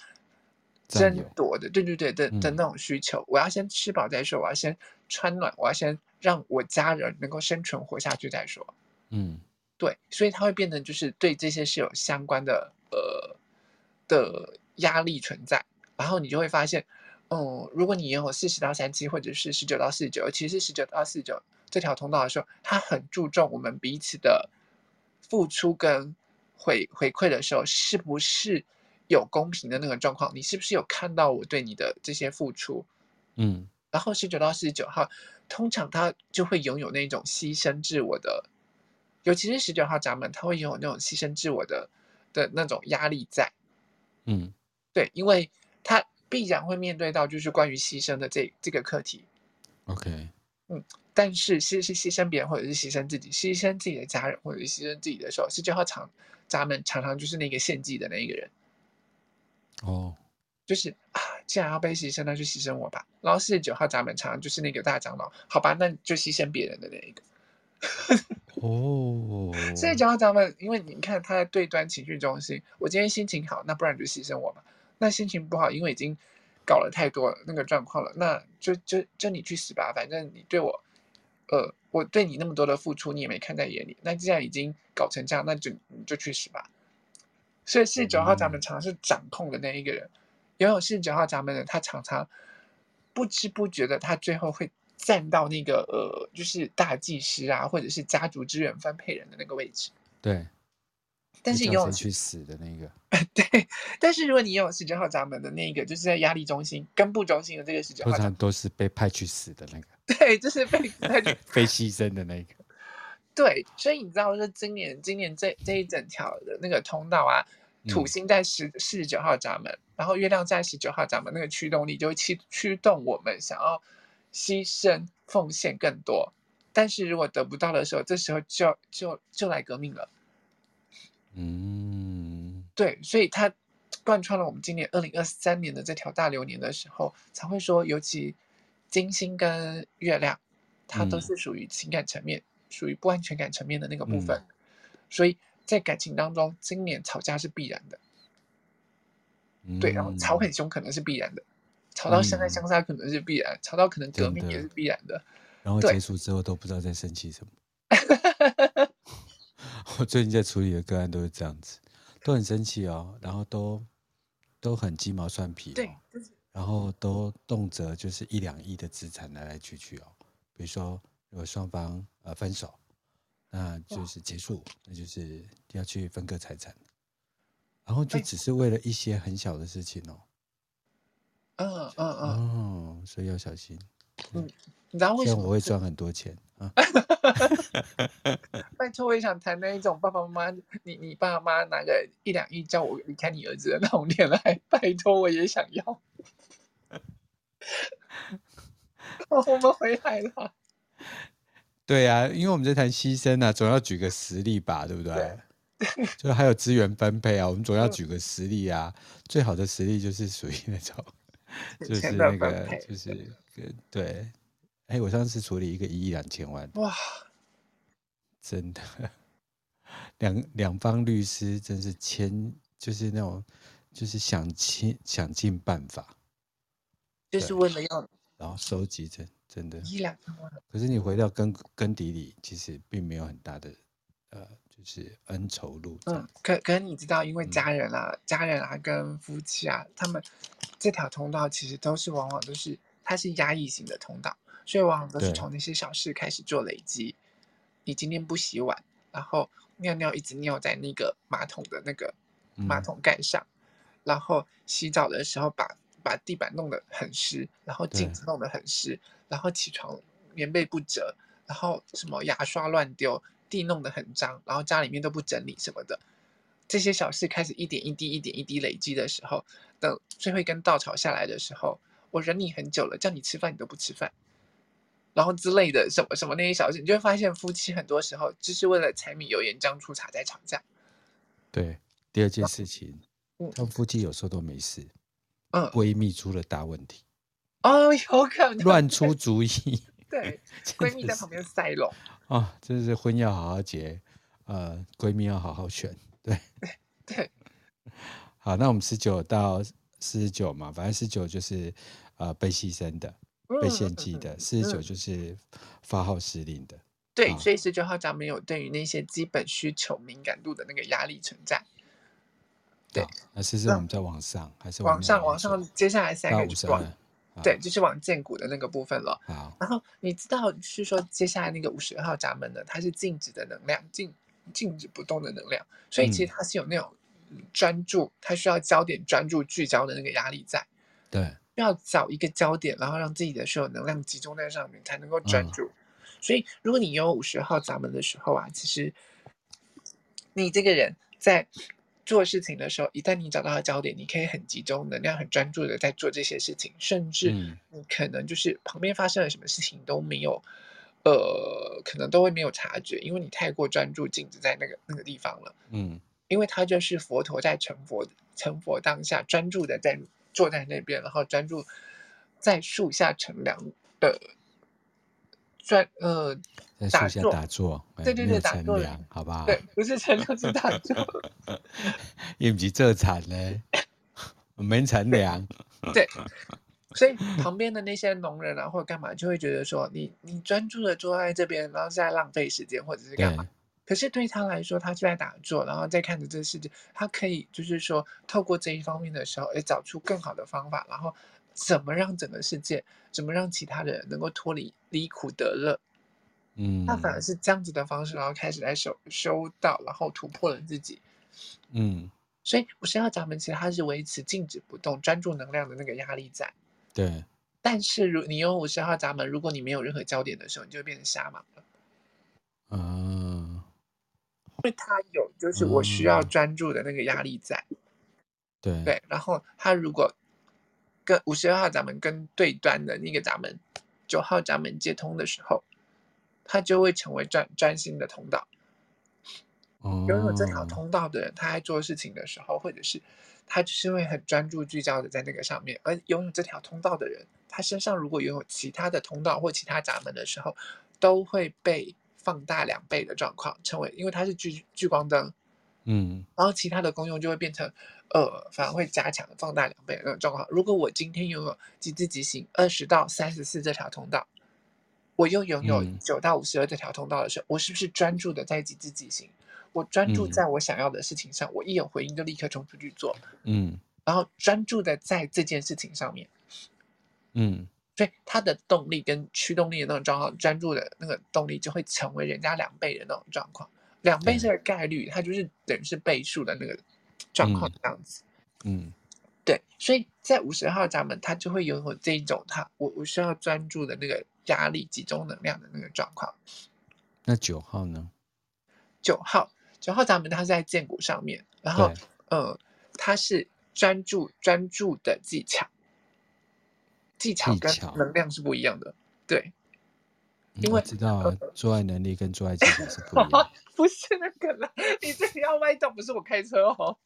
占
争
有
夺的，对对对的的
嗯
那种需求。我要先吃饱再说，我要先穿暖，我要先让我家人能够生存活下去再说。
嗯
对，所以它会变成就是对这些是有相关的呃的压力存在，然后你就会发现，嗯，如果你有四十到三七或者是十九到四十九，尤其是十九到四十九这条通道的时候，它很注重我们彼此的付出跟回回馈的时候，是不是有公平的那个状况？你是不是有看到我对你的这些付出？
嗯
然后十九到四十九号，通常他就会拥有那种牺牲自我的，尤其是十九号闸门，他会拥有那种牺牲自我的的那种压力在。
嗯
对，因为他必然会面对到就是关于牺牲的这这个课题，
，OK，
但是是是牺牲别人或者是牺牲自己，牺牲自己的家人或者是牺牲自己的时候，十九号闸闸门常常就是那个献祭的那一个人。
哦，
就是啊，既然要被牺牲，那就牺牲我吧。然后四十九号闸门常常就是那个大长老，好吧，那就牺牲别人的那一个。
哦，
所以讲到咱们，因为你看他在对端情绪中心，我今天心情好，那不然你就牺牲我吧。那心情不好，因为已经搞了太多那个状况了，那就就就你去死吧，反正你对我，呃，我对你那么多的付出，你也没看在眼里。那既然已经搞成这样，那就你就去死吧。所以四十九号闸门
嗯
常常是掌控的那一个人，拥有四十九号闸门的人，他常常不知不觉的，他最后会站到那个呃，就是大祭司啊，或者是家族资源分配人的那个位置。
对，
但
就是叫
拥有
谁
四
去死的那个
对，但是如果你拥有十九号闸门的那一个，就是在压力中心、根部中心的这个十九
通
号闸
常
门，
都是被派去死的那个，
对，就是被他就
被牺牲的那个。
对，所以你知道，说今年今年这这一整条的那个通道啊，土
嗯
星在十四十九号闸门，然后月亮在十九号闸门，那个驱动力就会驱驱动我们想要牺牲奉献更多，但是如果得不到的时候，这时候就就就来革命了。
嗯，
对，所以它贯穿了我们今年二零二三年的这条大流年的时候，才会说，尤其金星跟月亮，它都
嗯
是属于情感层面，属于不安全感层面的那个部
嗯
分。所以在感情当中，今年吵架是必然的，对，然后吵
嗯
很凶可能是必然的，吵到相爱
嗯
相杀可能是必然，吵到可能革
真
命也
的
是必然的。
然后
对
结束之后都不知道在生气什么。 我最近在处理的个案都是这样子，都很生气哦，然后都都很鸡毛蒜皮、哦，
对，就是
然后都动辄就是一两亿的资产来来去去哦。比如说，如果双方呃分手，那就是结束，那就是要去分割财产，然后就
哎
只是为了一些很小的事情哦。
嗯嗯嗯，
哦，所以要小心。
你知道为
虽
什
然
么
我会赚很多钱 啊，
拜托，我也想谈那一种爸爸妈妈，你你爸妈拿个一两亿叫我离开你儿子的那种恋爱，拜托我也想要。哦我们回来了，
对啊，因为我们在谈牺牲啊，总要举个实例吧，对不对？
对
就还有资源分配啊，我们总要举个实例 啊。最好的实例就是属于那种，就
钱
是
的
那
分
个
配，
就是呃对。哎，我上次处理一个一亿两千万，
哇，
真的，两两方律师真是千，就是那种，就是想尽想尽办法，
就是为了要
然后收集真真的。
一两千万，
可是你回到根根底里，其实并没有很大的呃，就是恩仇路这样
嗯
子。，
可可你知道，因为
嗯
家人啊、家人啊跟夫妻啊，他们这条通道其实都是往往都是它是压抑型的通道，所以往往都是
对
从那些小事开始做累积。你今天不洗碗，然后尿尿一直尿在那个马桶的那个
嗯
马桶盖上，然后洗澡的时候把把地板弄得很湿，然后镜
对
子弄得很湿，然后起床棉被不折，然后什么牙刷乱丢，地弄得很脏，然后家里面都不整理什么的，这些小事开始一点一滴、一点一滴累积的时候，等最后一根稻草下来的时候，我忍你很久了，叫你吃饭你都不吃饭，然后之类的什么什么那些小事，你就会发现夫妻很多时候就是为了柴米油盐酱醋茶在吵架。
对，第二件事情，
嗯
他们夫妻有时候都没事，
嗯，
闺蜜出了大问题，
哦，有可能
乱出主意。
对
真
闺蜜在
的
旁边塞拢，
啊、真是婚要好好结，呃，闺蜜要好好选。对，
对，
好，那我们十九到四十九嘛，反正十九就是呃被牺牲的、 被
嗯
献
嗯
祭
嗯
的，四十九
嗯
就是发号施令的。
对，
啊
所以十九号闸门有对于那些基本需求敏感度的那个压力存在。对
啊，那四十
那
我们再往上还是
往上，
往
往上，接下来三
到
个
五
就
十
是往
二。啊
对，，就是往剑骨的那个部分了。
好，
然后你知道是说接下来那个五十二号闸门呢，它是静止的能量，静静止不动的能量，所以其实它是有那种嗯专注，它需要焦点专注聚焦的那个压力在，
对，
要找一个焦点，然后让自己的所有能量集中在上面，才能够专
嗯
注。所以如果你有五十号闸门的时候啊，其实你这个人在。做事情的时候，一旦你找到了焦点，你可以很集中，能量很专注的在做这些事情，甚至
嗯
你可能就是旁边发生了什么事情都没有，呃，可能都会没有察觉，因为你太过专注静止在那个那个地方了。
嗯
因为他就是佛陀在成佛成佛当下，专注的在坐在那边，然后专注在树下乘凉的专呃，
在
打
树下
坐
打坐，哎
对对
没有
对打
乘
坐的
凉，好不好？
对，不是乘凉是打坐，
伊毋是做田 咧，毋免乘凉。
对。所以旁边的那些农人啊，或者干嘛，就会觉得说你你专注的坐在这边，然后是在浪费时间，或者是
对
干嘛？可是对他来说，他是在打坐，然后再看着这个世界，他可以就是说，透过这一方面的时候，也找出更好的方法，然后怎么让整个世界，怎么让其他的人能够脱离离苦得乐，
嗯
他反而是这样子的方式，然后开始来修修道，然后突破了自己。
嗯，
所以五十二闸门其实它是维持静止不动、专注能量的那个压力在。
对，
但是如你用五十号闸门，如果你没有任何焦点的时候，你就会变成瞎忙了。
啊，
因为它有，就是我需要
嗯
专注的那个压力在。
对，
对，然后它如果跟五十二号闸门跟对端的那个闸门九号闸门接通的时候，他就会成为专专心的通道。
哦，
拥有这条通道的人，他在做事情的时候，或者是他就是会很专注聚焦的在那个上面。而拥有这条通道的人，他身上如果拥有其他的通道或其他闸门的时候，都会被放大两倍的状况，成为因为它是聚聚光灯，
嗯
然后其他的功用就会变成，呃，反而会加强放大两倍的那种状况。如果我今天拥有极致极行二十到三十四这条通道，我又拥有
嗯
九到五十二这条通道的时候，我是不是专注的在极致极行？我专注
嗯
在我想要的事情上，我一有回应就立刻冲出去做，
嗯
然后专注的在这件事情上面。
嗯
所以它的动力跟驱动力的那种状况，专注的那个动力就会成为人家两倍的那种状况。两倍
对
这个概率，它就是等于是倍数的那个状况
嗯
这样子。
嗯
对，所以在五十号闸门，它就会拥有这一种它我我需要专注的那个压力、集中能量的那个状况。
那九号呢？
九号，九号闸门它是在剑骨上面，然后
对，
呃，它是专注专注的技巧，技巧
技
跟
巧
能量是不一样的。对，
嗯
因
我
为呃
知道啊，做爱能力跟做爱技巧是不一 样。
不是那个啦，你这里要歪掉，不是我开车哦。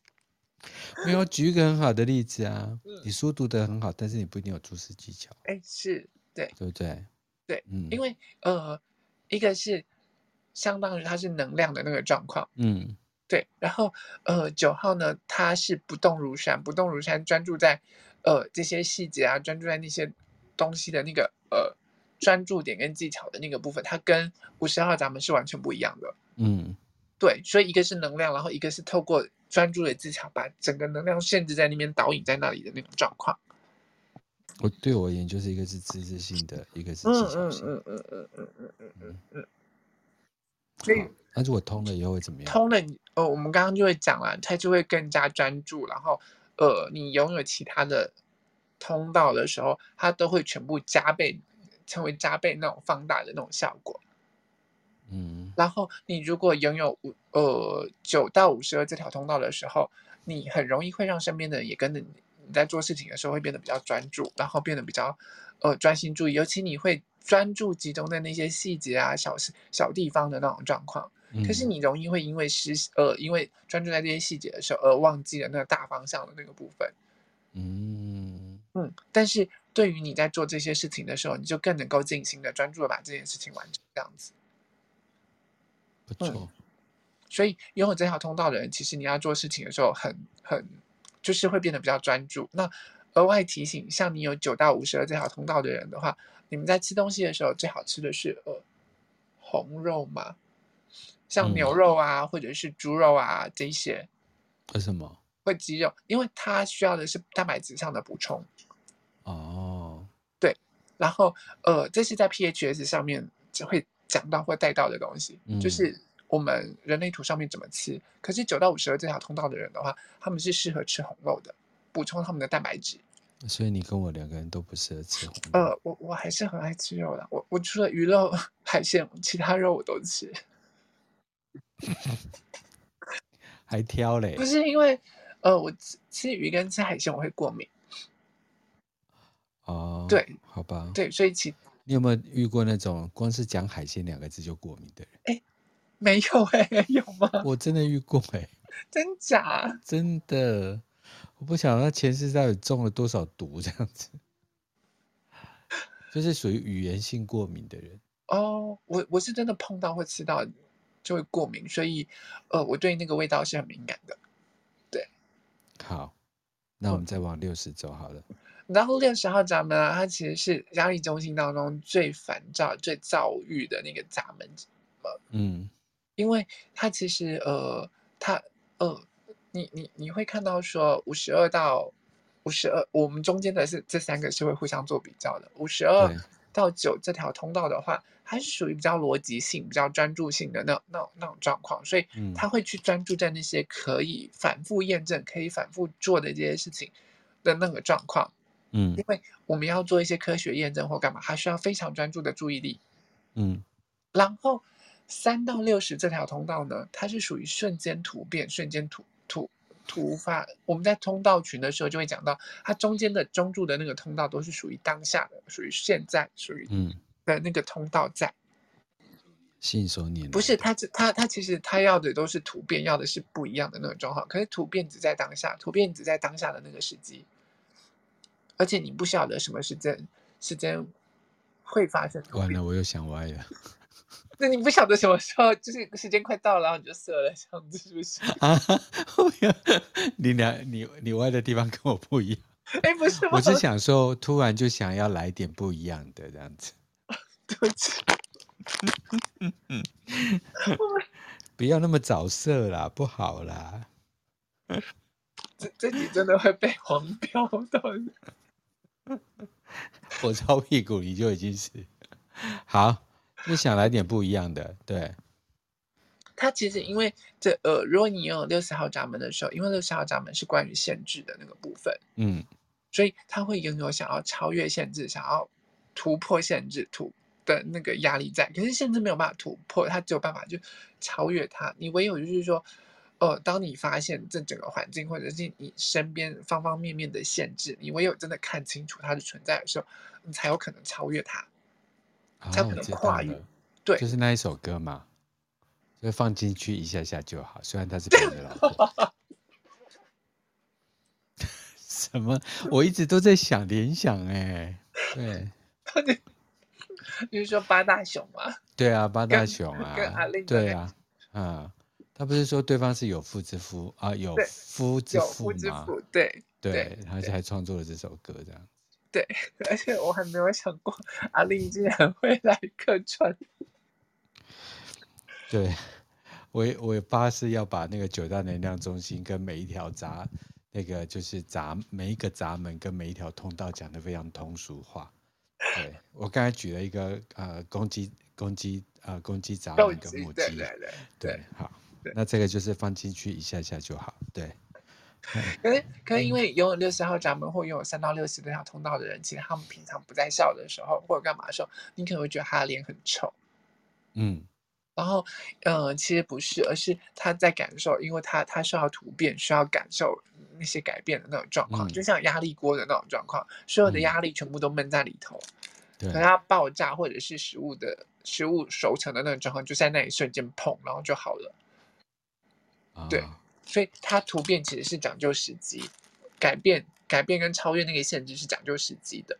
没有，举一个很好的例子啊，
嗯
你书读得很好，但是你不一定有注释技巧，
哎，是对，
对不对？
对，
嗯，
因为呃，一个是相当于它是能量的那个状况，
嗯
对，然后呃，九号呢，它是不动如山，不动如山，专注在呃这些细节啊，专注在那些东西的那个呃专注点跟技巧的那个部分，它跟五十号咱们是完全不一样的。
嗯
对，所以一个是能量，然后一个是透过专注的技巧把整个能量限制在那边，导引在那里的那种状况。
我对我而言就是一个是知识性的，一个是技
嗯
巧
嗯
性。
嗯嗯嗯嗯嗯嗯嗯嗯。所以
好，那如果通了以后会怎么样？
通了你，呃，我们刚刚就会讲了，它就会更加专注，然后呃，你拥有其他的通道的时候，它都会全部加倍，成为加倍那种放大的那种效果。
嗯
然后你如果拥有五呃九到五十二这条通道的时候，你很容易会让身边的人也跟着你。你在做事情的时候会变得比较专注，然后变得比较呃专心注意，尤其你会专注集中在那些细节啊、小事小地方的那种状况。
嗯，
可是你容易会因为失呃，因为专注在这些细节的时候，而忘记了那个大方向的那个部分。
嗯
嗯，但是对于你在做这些事情的时候，你就更能够尽心的专注的把这件事情完成，这样子。
不
嗯
错，
所以拥有这条通道的人，其实你要做事情的时候很，很就是会变得比较专注。那额外提醒，像你有九到五十二这条通道的人的话，你们在吃东西的时候，最好吃的是呃红肉嘛，像
嗯
牛肉啊，或者是猪肉啊这一些。
为什么？
会肌肉，因为它需要的是蛋白质上的补充。
哦，
然后，呃，这是在 PHS 上面就会讲到或带到的东西，
嗯
就是我们人类图上面怎么吃。可是九到五十二这条通道的人的话，他们是适合吃红肉的，补充他们的蛋白质。
所以你跟我两个人都不适合吃红肉。
呃，我我还是很爱吃肉的，我我除了鱼肉、海鲜，其他肉我都吃。
还挑嘞
不？是因为，呃，我吃吃鱼跟吃海鲜我会过敏，
哦，
对，
好吧。
对，所以其
你有没有遇过那种光是讲海鲜两个字就过敏的人？
没有 哎、有吗？
我真的遇过哎、
真假？
真的，我不晓得他前世到底中了多少毒，这样子，就是属于语言性过敏的人。
哦，我我是真的碰到会吃到就会过敏，所以呃，我对那个味道是很敏感的。
好，那我们再往六十走好了。
然后六十号闸门啊，它其实是压力中心当中最烦躁、最躁郁的那个闸门，
嗯
因为它其实呃，它呃，你你你会看到说五十二到五十二，我们中间的是这三个是会互相做比较的。五十二
对
到九这条通道的话，它是属于比较逻辑性、比较专注性的那那种那种状况，所以
嗯
他会去专注在那些可以反复验证、可以反复做的这些事情的那个状况。
嗯
因为我们要做一些科学验证或干嘛，它需要非常专注的注意力。
嗯
然后三到六十这条通道呢，它是属于瞬间突变、瞬间突突突发。我们在通道群的时候就会讲到，它中间的中柱的那个通道都是属于当下的，属于现在，属于
嗯
的那个通道在。
信手拈来。
不是，他只他他其实他要的都是图片，要的是不一样的那种状况。可是图片只在当下，图片只在当下的那个时机，而且你不晓得什么时间时间会发生。
完了，我又想歪了。
那你不晓得什么时候，就是时间快到了，然后你就射了，这样子是不 是？
啊！你俩你你歪的地方跟我不一样。
哎，不是吗，
我是想说，突然就想要来点不一样的这样子，
对不起，
不要那么早射啦，不好啦。
这这集真的会被 黄标到。
我操屁股你就已经是好，就想来点不一样的，对，
它其实因为这呃，如果你有六十号闸门的时候，因为六十号闸门是关于限制的那个部分，
嗯
所以他会拥有想要超越限制、想要突破限制突的那个压力在。可是限制没有办法突破，他只有办法就超越它。你唯有就是说，呃，当你发现这整个环境或者是你身边方方面面的限制，你唯有真的看清楚它的存在的时候，你才有可能超越它。
啊，
才有
我
可能
知道
跨越
了，
对
就是那一首歌嘛，就放进去一下下就好，虽然它是别人的老婆。 什么？我一直都在想联想哎、对
就是说八大熊嘛，
对啊，八大
跟
熊啊
跟阿令，的
对
那
啊，啊，他不是说对方是有妇之夫啊，有
对
夫之
有
妇
夫之
吗？
妇，对
对，他
对
还创作了这首歌，这样。
对，而且我还没有想过啊阿令竟然会来客串。
啊对，我也我也发誓要把那个九大能量中心跟每一条闸，那个就是闸每一个闸门跟每一条通道讲的非常通俗化。对我刚才举了一个呃公鸡公鸡呃公鸡闸
斗
门跟
鸡
母，
对
鸡，
对对
对，好
对，
那这个就是放进去一下下就好，对，
可是可是因为拥有六十号闸门或拥有三到六十这条通道的人，其实他们平常不在笑的时候或者干嘛的时候，你可能会觉得他的脸很臭。
嗯
然后，嗯，其实不是，而是他在感受，因为他他需要突变，需要感受那些改变的那种状
嗯
况，就像压力锅的那种状况，所有的
嗯
压力全部都闷在里头，
对
可能它爆炸或者是食物的食物熟成的那种状况，就在那一瞬间砰，然后就好了。
啊
对所以它突变其实是讲究时机，改变、改变跟超越那个限制是讲究时机的。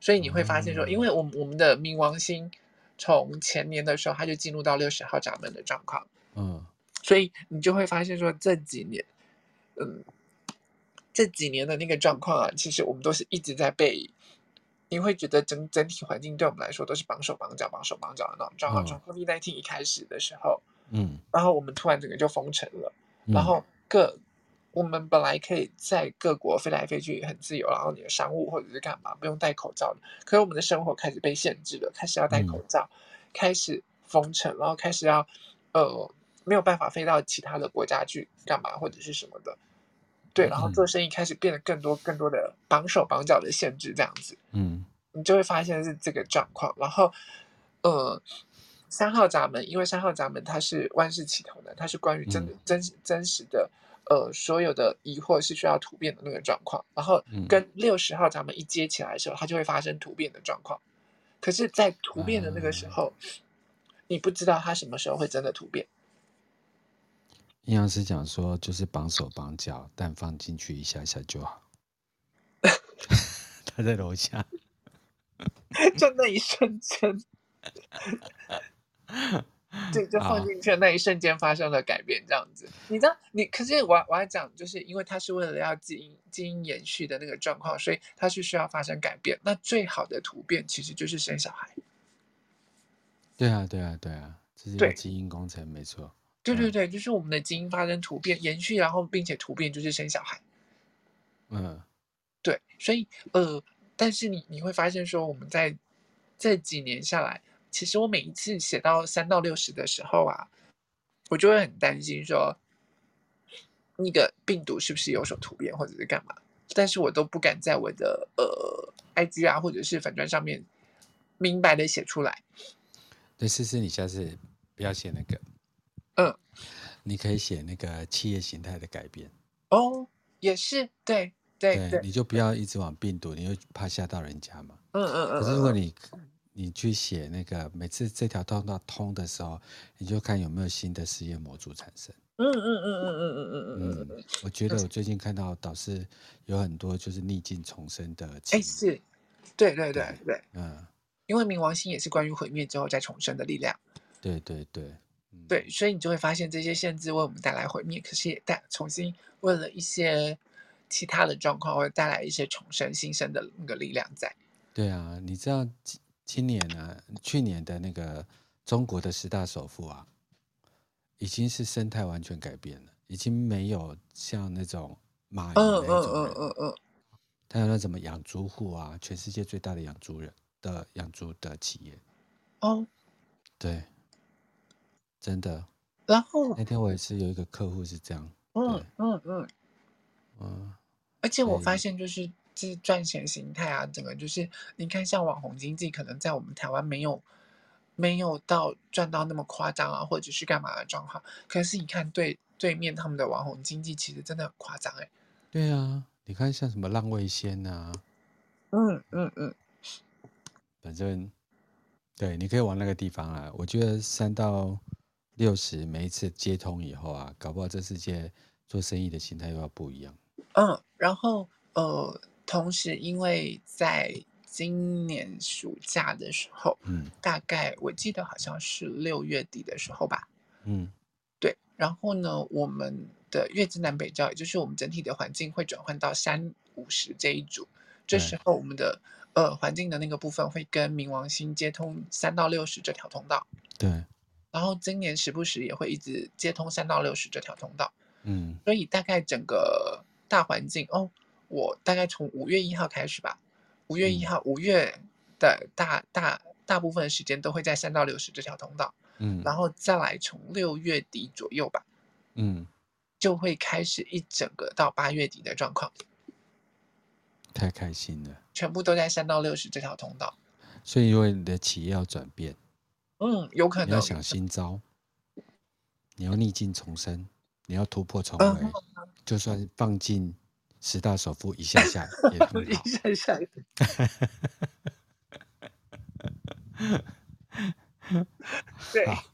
所以你会发现说，因为我们我们的冥王星从前年的时候，它就进入到六十号闸门的状况，
嗯
所以你就会发现说这几年，嗯，这几年的那个状况啊，其实我们都是一直在被。你会觉得整整体环境对我们来说都是绑手绑脚、绑手绑脚的那种状况。
嗯
从 COVID-19 一开始的时候，
嗯，
然后我们突然整个就封城了。
嗯
然后各我们本来可以在各国飞来飞去很自由，然后你的商务或者是干嘛不用戴口罩的，可是我们的生活开始被限制了，开始要戴
嗯
口罩，开始封城，然后开始要呃没有办法飞到其他的国家去干嘛或者是什么的，对，然后
嗯
做生意开始变得更多更多的绑手绑脚的限制这样子，
嗯
你就会发现是这个状况。然后，呃，三号闸门，因为三号闸门它是万事起头的，它是关于真的、真实真实的，呃，所有的疑惑是需要突变的那个状况。然后
嗯
跟六十号闸门一接起来的时候，它就会发生突变的状况。可是，在突变的那个时候，你不知道它什么时候会真的突变。
阴阳师讲说就是绑手绑脚，但放进去一下下就好。 他在楼下。
就那一 瞬间，对，就
好
放进去的那一瞬间发生了改变，这样子。你知道，你可是我要我要讲，就是因为它是为了要基因基因延续的那个状况，所以它是需要发生改变。那最好的突变其实就是生小孩。
对啊，对啊，对啊，这是一个
对
基因工程，没错。
对对
嗯
对，就是我们的基因发生突变，延续，然后并且突变就是生小孩。
嗯
对，所以呃，但是你你会发现说，我们在这几年下来，其实我每一次写到三到六十的时候啊，我就会很担心说，那个病毒是不是有所突变或者是干嘛？但是我都不敢在我的呃 IG 啊或者是粉砖上面明白的写出来。
对，思思，你下次不要写那个，
嗯，
你可以写那个企业形态的改变。
哦，也是，对对对，
你就不要一直往病毒，你又怕吓到人家嘛。
嗯嗯嗯
可是如
嗯，
果
嗯
你你去写那个每次这条通道通的时候，你就看有没有新的实验模组产生。
嗯嗯嗯嗯嗯嗯嗯嗯嗯，
嗯，我觉得我最近看到导师有很多就是逆境重生的
哎、
情谊，
是，对对对对，
嗯，
因为冥王星也是关于毁灭之后再重生的力量，
对对对，嗯
对，所以你就会发现这些限制为我们带来毁灭，可是也带重新为了一些其他的状况，会带来一些重生新生的那个力量在。
对啊，你知道今今年啊，去年的那个中国的十大首富啊，已经是生态完全改变了，已经没有像那种蚂蚁
嗯
那
嗯
一种
嗯
人，
嗯嗯，
他有那什么养猪户啊，全世界最大的养猪人的养猪的企业，
哦，
对，真的，
嗯哦然后
那天我也是有一个客户是这样，
嗯嗯嗯，
嗯，
而且我发
对
现就是这赚钱形态啊，整个就是你看像网红经济，可能在我们台湾没有没有到赚到那么夸张啊，或者是干嘛的状况，可是你看对对面他们的网红经济其实真的很夸张哎、
对啊，你看像什么浪味仙啊，
嗯嗯嗯，
反正对，你可以往那个地方啊。我觉得三到六十每一次接通以后啊，搞不好这世界做生意的心态又要不一样。
嗯，然后呃，同时因为在今年暑假的时候，
嗯
大概我记得好像是六月底的时候吧，
嗯
对。然后呢，我们的月之南北照，也就是我们整体的环境会转换到山五十这一组，这
对
时候我们的呃环境的那个部分会跟冥王星接通三到六十这条通道，
对，
然后今年时不时也会一直接通三到六十这条通道。
嗯
所以大概整个大环境哦，我大概从五月一号开始吧，五月一
嗯
号，五月的大大大部分时间都会在三到六十这条通道，
嗯
然后再来从六月底左右吧，
嗯，
就会开始一整个到八月底的状况，
太开心了。
全部都在三到六十这条通道。
所以，如果你的企业要转变，
嗯，有可
你要
能，
想新招，你要逆境重生，你要突破重
嗯
围，就算放进十大首富一下下也很嗯好。
一 下下来，对。
好，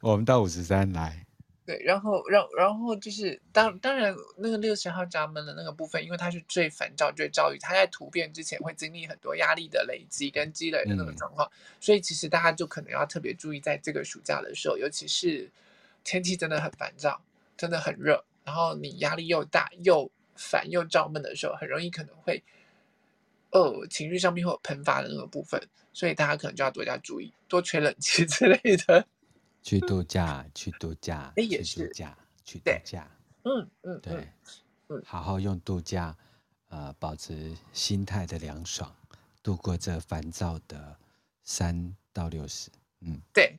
我们到五十三来。
对，然后，然然后就是当当然那个六十号闸门的那个部分，因为它是最烦躁、最躁郁，它在突变之前会经历很多压力的累积跟积累的那个
嗯
状况，所以其实大家就可能要特别注意，在这个暑假的时候，尤其是天气真的很烦躁，真的很热，然后你压力又大又烦又躁闷的时候，很容易可能会呃情绪上面会有喷发的那个部分，所以大家可能就要多加注意，多吹冷气 之类的。
去度假，去度假，
哎嗯也
去度
是
假，去度
对
假，
嗯嗯嗯
对，
嗯
好好用度假，呃，保持心态的凉爽，度过这烦躁的三到六十。嗯，
对。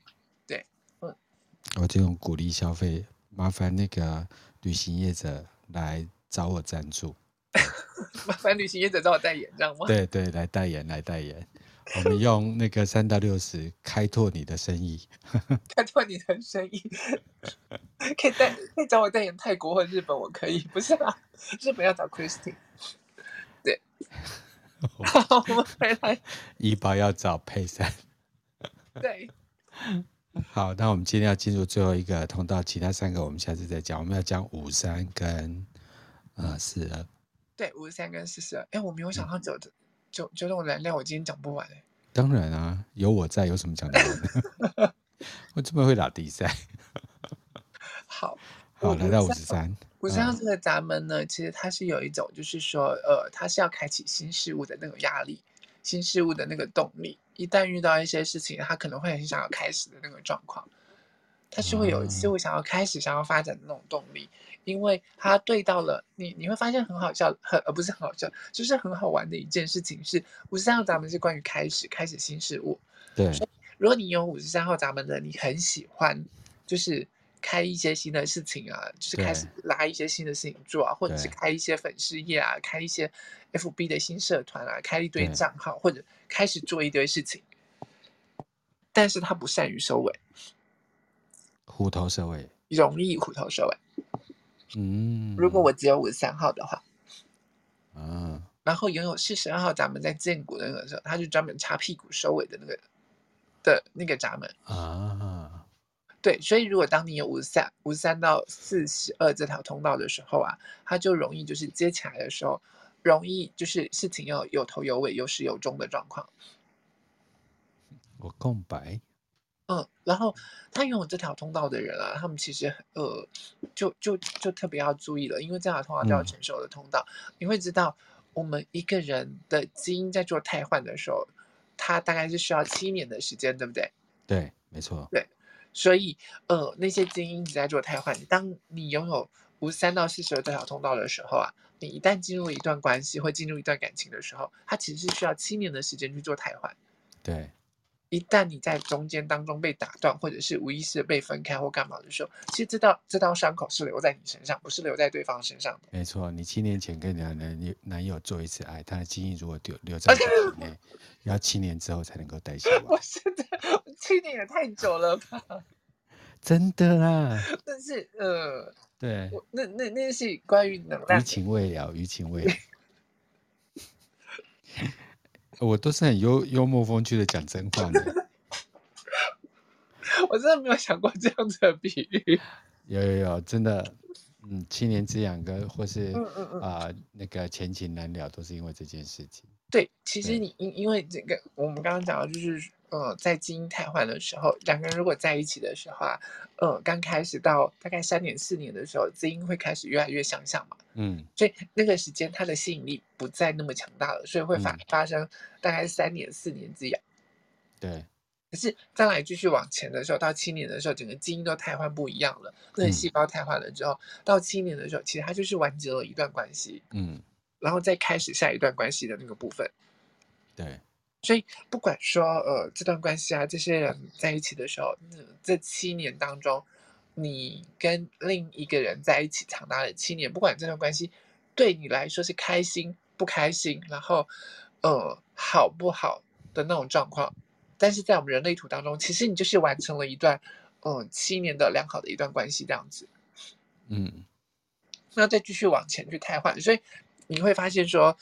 我这种鼓励消费，麻烦那个旅行业者来找我赞助，
麻烦旅行业者找我代言，这样吗？
对对，来代言，来代 言。我们用那个三到六十开拓你的生意，
开拓你的生意，可以代可以找我代言泰国或日本，我可以，不是啊，日本要找 Christine，好，我们回来，
医保要找佩珊。
对，
好，那我们今天要进入最后一个通道，其他三个我们下次再讲。我们要讲五三跟呃四二，
对，五十三跟四十二，哎，我没有想到九九九种燃料，我今天讲不完哎、
当然啊，有我在，有什么讲得完？ 我这么会打比赛。
好，
好，来到五十
53
三，
我知道这个闸门呢，其实它是有一种，就是说，呃，它是要开启新事物的那种压力，新事物的那个动力。一旦遇到一些事情，它可能会很想要开始的那个状况，它是会有一些
啊
我想要开始、想要发展的那种动力，因为它对到了你，你会发现很好笑，很呃不是很好笑，就是很好玩的一件事情是，五十三号闸门是关于开始，开始新事物，
对，
如果你有五十三号闸门的，你很喜欢，就是开一些新的事情啊，就是开始拉一些新的事情做啊，或者是
对
开一些粉丝页啊，开一些 FB 的新社团啊，开一堆
对
账号，或者开始做一堆事情，但是他不善于收尾，
虎头蛇尾。
容易虎头蛇尾。
嗯，
如果我只有五十三号的话，
啊，
然后也有四十二号闸门在建股的那个时候，他就专门擦屁股收尾的那个的那个闸门。
啊，
对，所以如果当你有五三五三到四十二这条通道的时候啊，它就容易就是接起来的时候，容易就是事情要有头有尾、有始有终的状况。
我空白，
嗯，然后他拥有这条通道的人啊，他们其实很呃，就就就特别要注意了，因为这条通道叫
嗯
成熟的通道。你会知道，我们一个人的基因在做汰换的时候，它大概是需要七年的时间，对不对？
对，没错，
所以，呃，那些精英一直在做汰换。当你拥有无三到四十二这条通道的时候啊，你一旦进入一段关系或进入一段感情的时候，它其实是需要七年的时间去做汰换。
对，
一旦你在中间当中被打断，或者是无意识的被分开或干嘛的时候，其实这道这道伤口是留在你身上，不是留在对方身上的。
没错。你七年前跟你的男友男友做一次爱，他的基因如果留留在你的体内，要七年之后才能够代谢
我
完，
是的，七年也太久了吧？
真的啦。
但是，呃，
对，
我那那那是关于能量
余，情未了，余情未了。 我都是很幽幽默风趣的讲真话的，
我真的没有想过这样子的比喻。
有有有，真的，嗯，七年之痒跟或是
嗯嗯嗯。
啊、那个前情难了，都是因为这件事情。
对，其实
对
你因因为这个，我们刚刚讲的就是，呃，在基因汰换的时候，两个人如果在一起的时候啊，呃，刚开始到大概三年四年的时候，基因会开始越来越相像嘛，
嗯，
所以那个时间它的吸引力不再那么强大了，所以会发
嗯
发生大概三年四年之痒。
对，
可是再来继续往前的时候，到七年的时候，整个基因都汰换不一样了，那
嗯
个细胞汰换了之后，到七年的时候，其实它就是完结了一段关系，
嗯，
然后再开始下一段关系的那个部分。
对，
所以不管说呃这段关系啊，这些人在一起的时候，嗯这七年当中，你跟另一个人在一起长达了七年，不管这段关系对你来说是开心不开心，然后呃好不好的那种状况，但是在我们人类图当中，其实你就是完成了一段嗯、呃七年的良好的一段关系这样子。
嗯，
那再继续往前去汰换，所以你会发现说，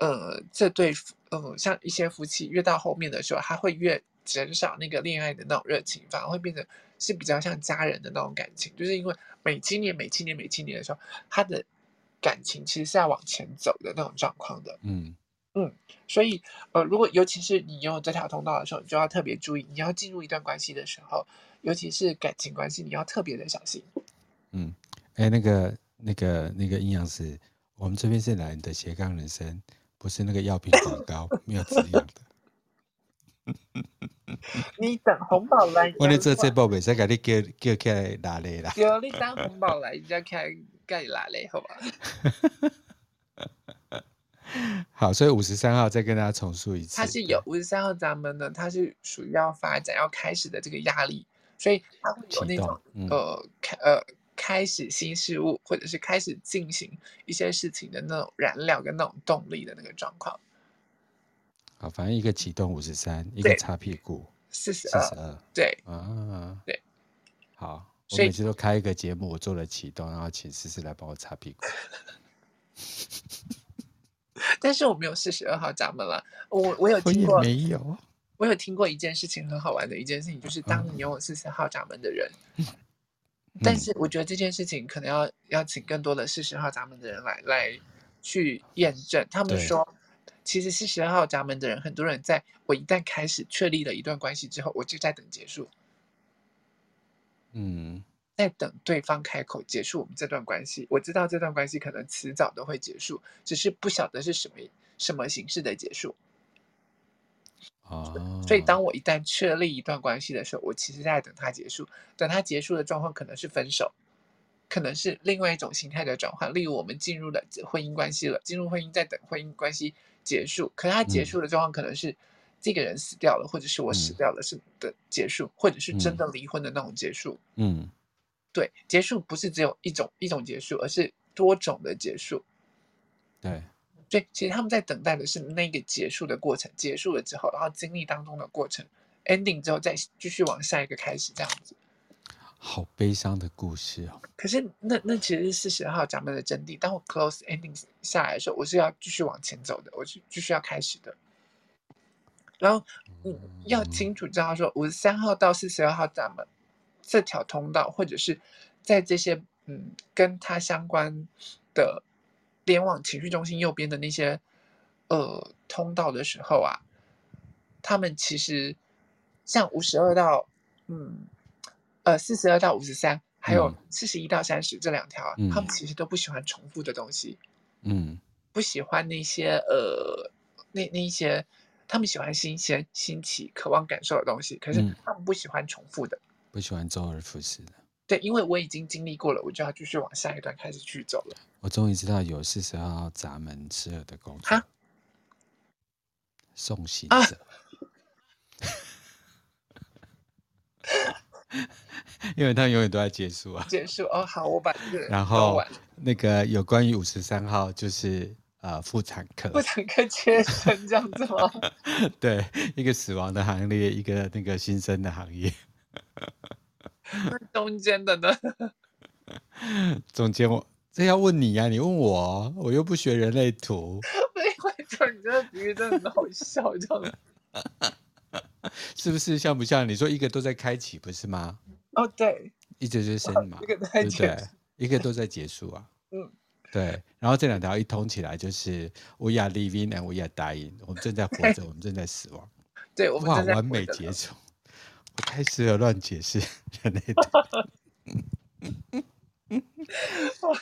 呃，这对夫呃像一些夫妻越到后面的时候，他会越减少那个恋爱的那种热情，反而会变得是比较像家人的那种感情，就是因为每七年、每七年、每七年的时候，他的感情其实是要往前走的那种状况的。
嗯，
所以，呃，如果尤其是你拥有这条通道的时候，你就要特别注意，你要进入一段关系的时候，尤其是感情关系，你要特别的小心。
嗯，哎、那个、那个、那个阴阳师，我们这边是懒的斜杠人生，不是那个药品广告，没有滋养 的。
你等红宝来，
我咧做这部袂使甲你叫叫起来拉咧啦。
有你当红包来，你就开盖拉嘞，好吧？
好，所以五十三号再跟大家重述一次，
它是有五十三号闸门呢，它是属于要发展、要开始的这个压力，所以它会有
启
那
动
种，
嗯，
呃开呃开始新事物，或者是开始进行一些事情的那种燃料跟那种动力的那个状况。
好，反正一个启动五十三，一个
对
擦屁股
四十
四十
二，
二
对，
啊，
对，
好，我
所以
每次都开一个节目，我做了启动，然后请思思来帮我擦屁 股，
但是我没有四十二号闸门了，我我有
我
听
也
过，
没有，
我有听过一件事情很好玩的一件事
嗯
情，就是当你拥有四十号闸门 的人，但
嗯
是我觉得这件事情可能要要请更多的四十号闸门的人来来去验证。他们
对
说，其实四十号闸门的人，很多人在我一旦开始确立了一段关系之后，我就在等结束，
嗯，
在等对方开口结束我们这段关系。我知道这段关系可能迟早都会结束，只是不晓得是什么什么形式的结束。
哦，
所以，当我一旦确立一段关系的时候，我其实在等它结束。等它结束的状况可能是分手，可能是另外一种形态的转换。例如，我们进入了婚姻关系了，进入婚姻再等婚姻关系结束，可它结
嗯
束的状况可能是这个人死掉了，或者是我死
嗯
掉了是的结束，或者是
嗯
真的离婚的那种结束。
嗯
对，结束不是只有一种一种结束，而是多种的结束。
对，
所以其实他们在等待的是那个结束的过程，结束了之后，然后经历当中的过程，ending 之后再继续往下一个开始这样子。
好悲伤的故事哦。
可是那那其实是十号闸门的真谛。当我 close ending 下来的时候，我是要继续往前走的，我是继续要开始的。然后你要清楚知道说，五十三号到四十二号闸门这条通道，或者是在这些嗯跟它相关的连往情绪中心右边的那些呃通道的时候啊，他们其实像五十二到嗯呃四十二到五十三，还有
嗯
四十一到三十这两条啊，
嗯
他们其实都不喜欢重复的东西。
嗯
不喜欢那些呃，那那一些，他们喜欢新鲜、新奇、渴望感受的东西，可是
嗯
他们不喜欢重复的。
不喜欢周而复始的。
对，因为我已经经历过了，我就要继续往下一段开始去走了。
我终于知道有四十二号闸门适合的工作
哈，
送行
啊
者。 因为他永远都在结束啊。
结束哦，好，我把这个
然
弄
后
完
那个有关于五十三号就是呃妇产科，
不整个切成这样子吗？
对一个死亡的行业，一个那个新生的行业。
那中间的呢？
中间我这要问你呀、你问我哦，我又不学人类图，
因为就你这个比喻真的很好笑，这样子。
是不是像不像？你说一个都在开启，不是吗？
哦，对，
一直就是生嘛，
啊一个在
对不
结
对？一个都在结束啊。
嗯，
对。然后这两条一通起来，就是 We are living and we are dying，我们正在活着，我们正在死亡。
对，我们
哇，
正在
完
回
美
的
结
呢
束！我太适合乱解 释人类
哦
图。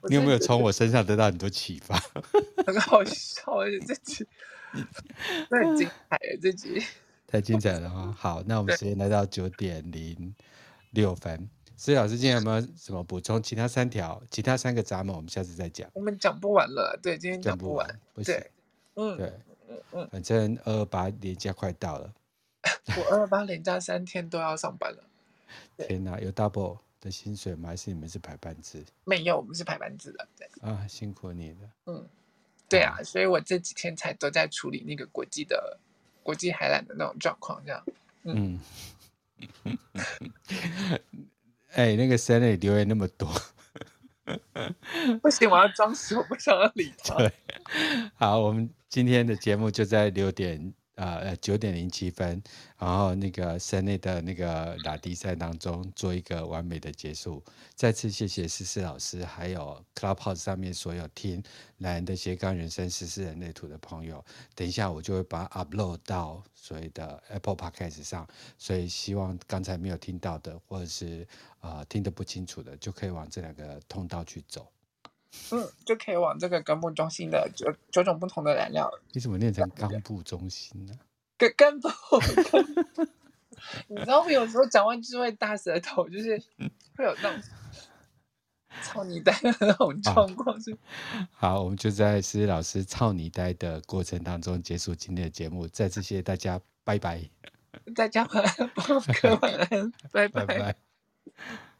我
你有
真
没有
觉
从我身上得到很多启发？
得很好笑？而且这集那很精彩，这集。
太精彩了 哈！好，那我们时间来到九点零六分。所以老师今天有没有什么补充？其他三条，其他三个闸门，我们下次再讲，
我们讲不完了，对，今天
讲
讲
不
完
完，，不行。
对，嗯，
对，
嗯嗯，
反正二二八年假快到了，
我二八连假三天都要上班了，对
天哪，有 double 的薪水吗？还是你们是排班制
没有，我们是排班制的，对，
啊？辛苦你了。
嗯，对啊，
哦
所以我这几天才都在处理那个国际的国际海缆的那种状况，这样，
嗯， 哎、那个 Sally 留言那么多，
不行，我要装死，我不想要理他，
嗯对， 好，我们今天的节目就在六点呃呃九点零七分，然后那个神内的那个拉迪赛当中做一个完美的结束。再次谢谢思思老师，还有 Clubhouse 上面所有听懒人的斜杠人生实施人类图的朋友。等一下我就会把它 upload 到所谓的 Apple Podcast 上，所以希望刚才没有听到的，或者是呃听得不清楚的，就可以往这两个通道去走。
嗯，就可以往这个根部中心的九九种不同的燃料，
你怎么念成冈部中心呢、
根根部。根部你知道我有时候讲话就是会大舌头，就是会有那种操你呆的那种状况，是
好，我们就在思思老师操你呆的过程当中结束今天的节目。再次谢谢大家，拜拜，
大家晚安，宝哥晚安，拜
拜
拜。
拜。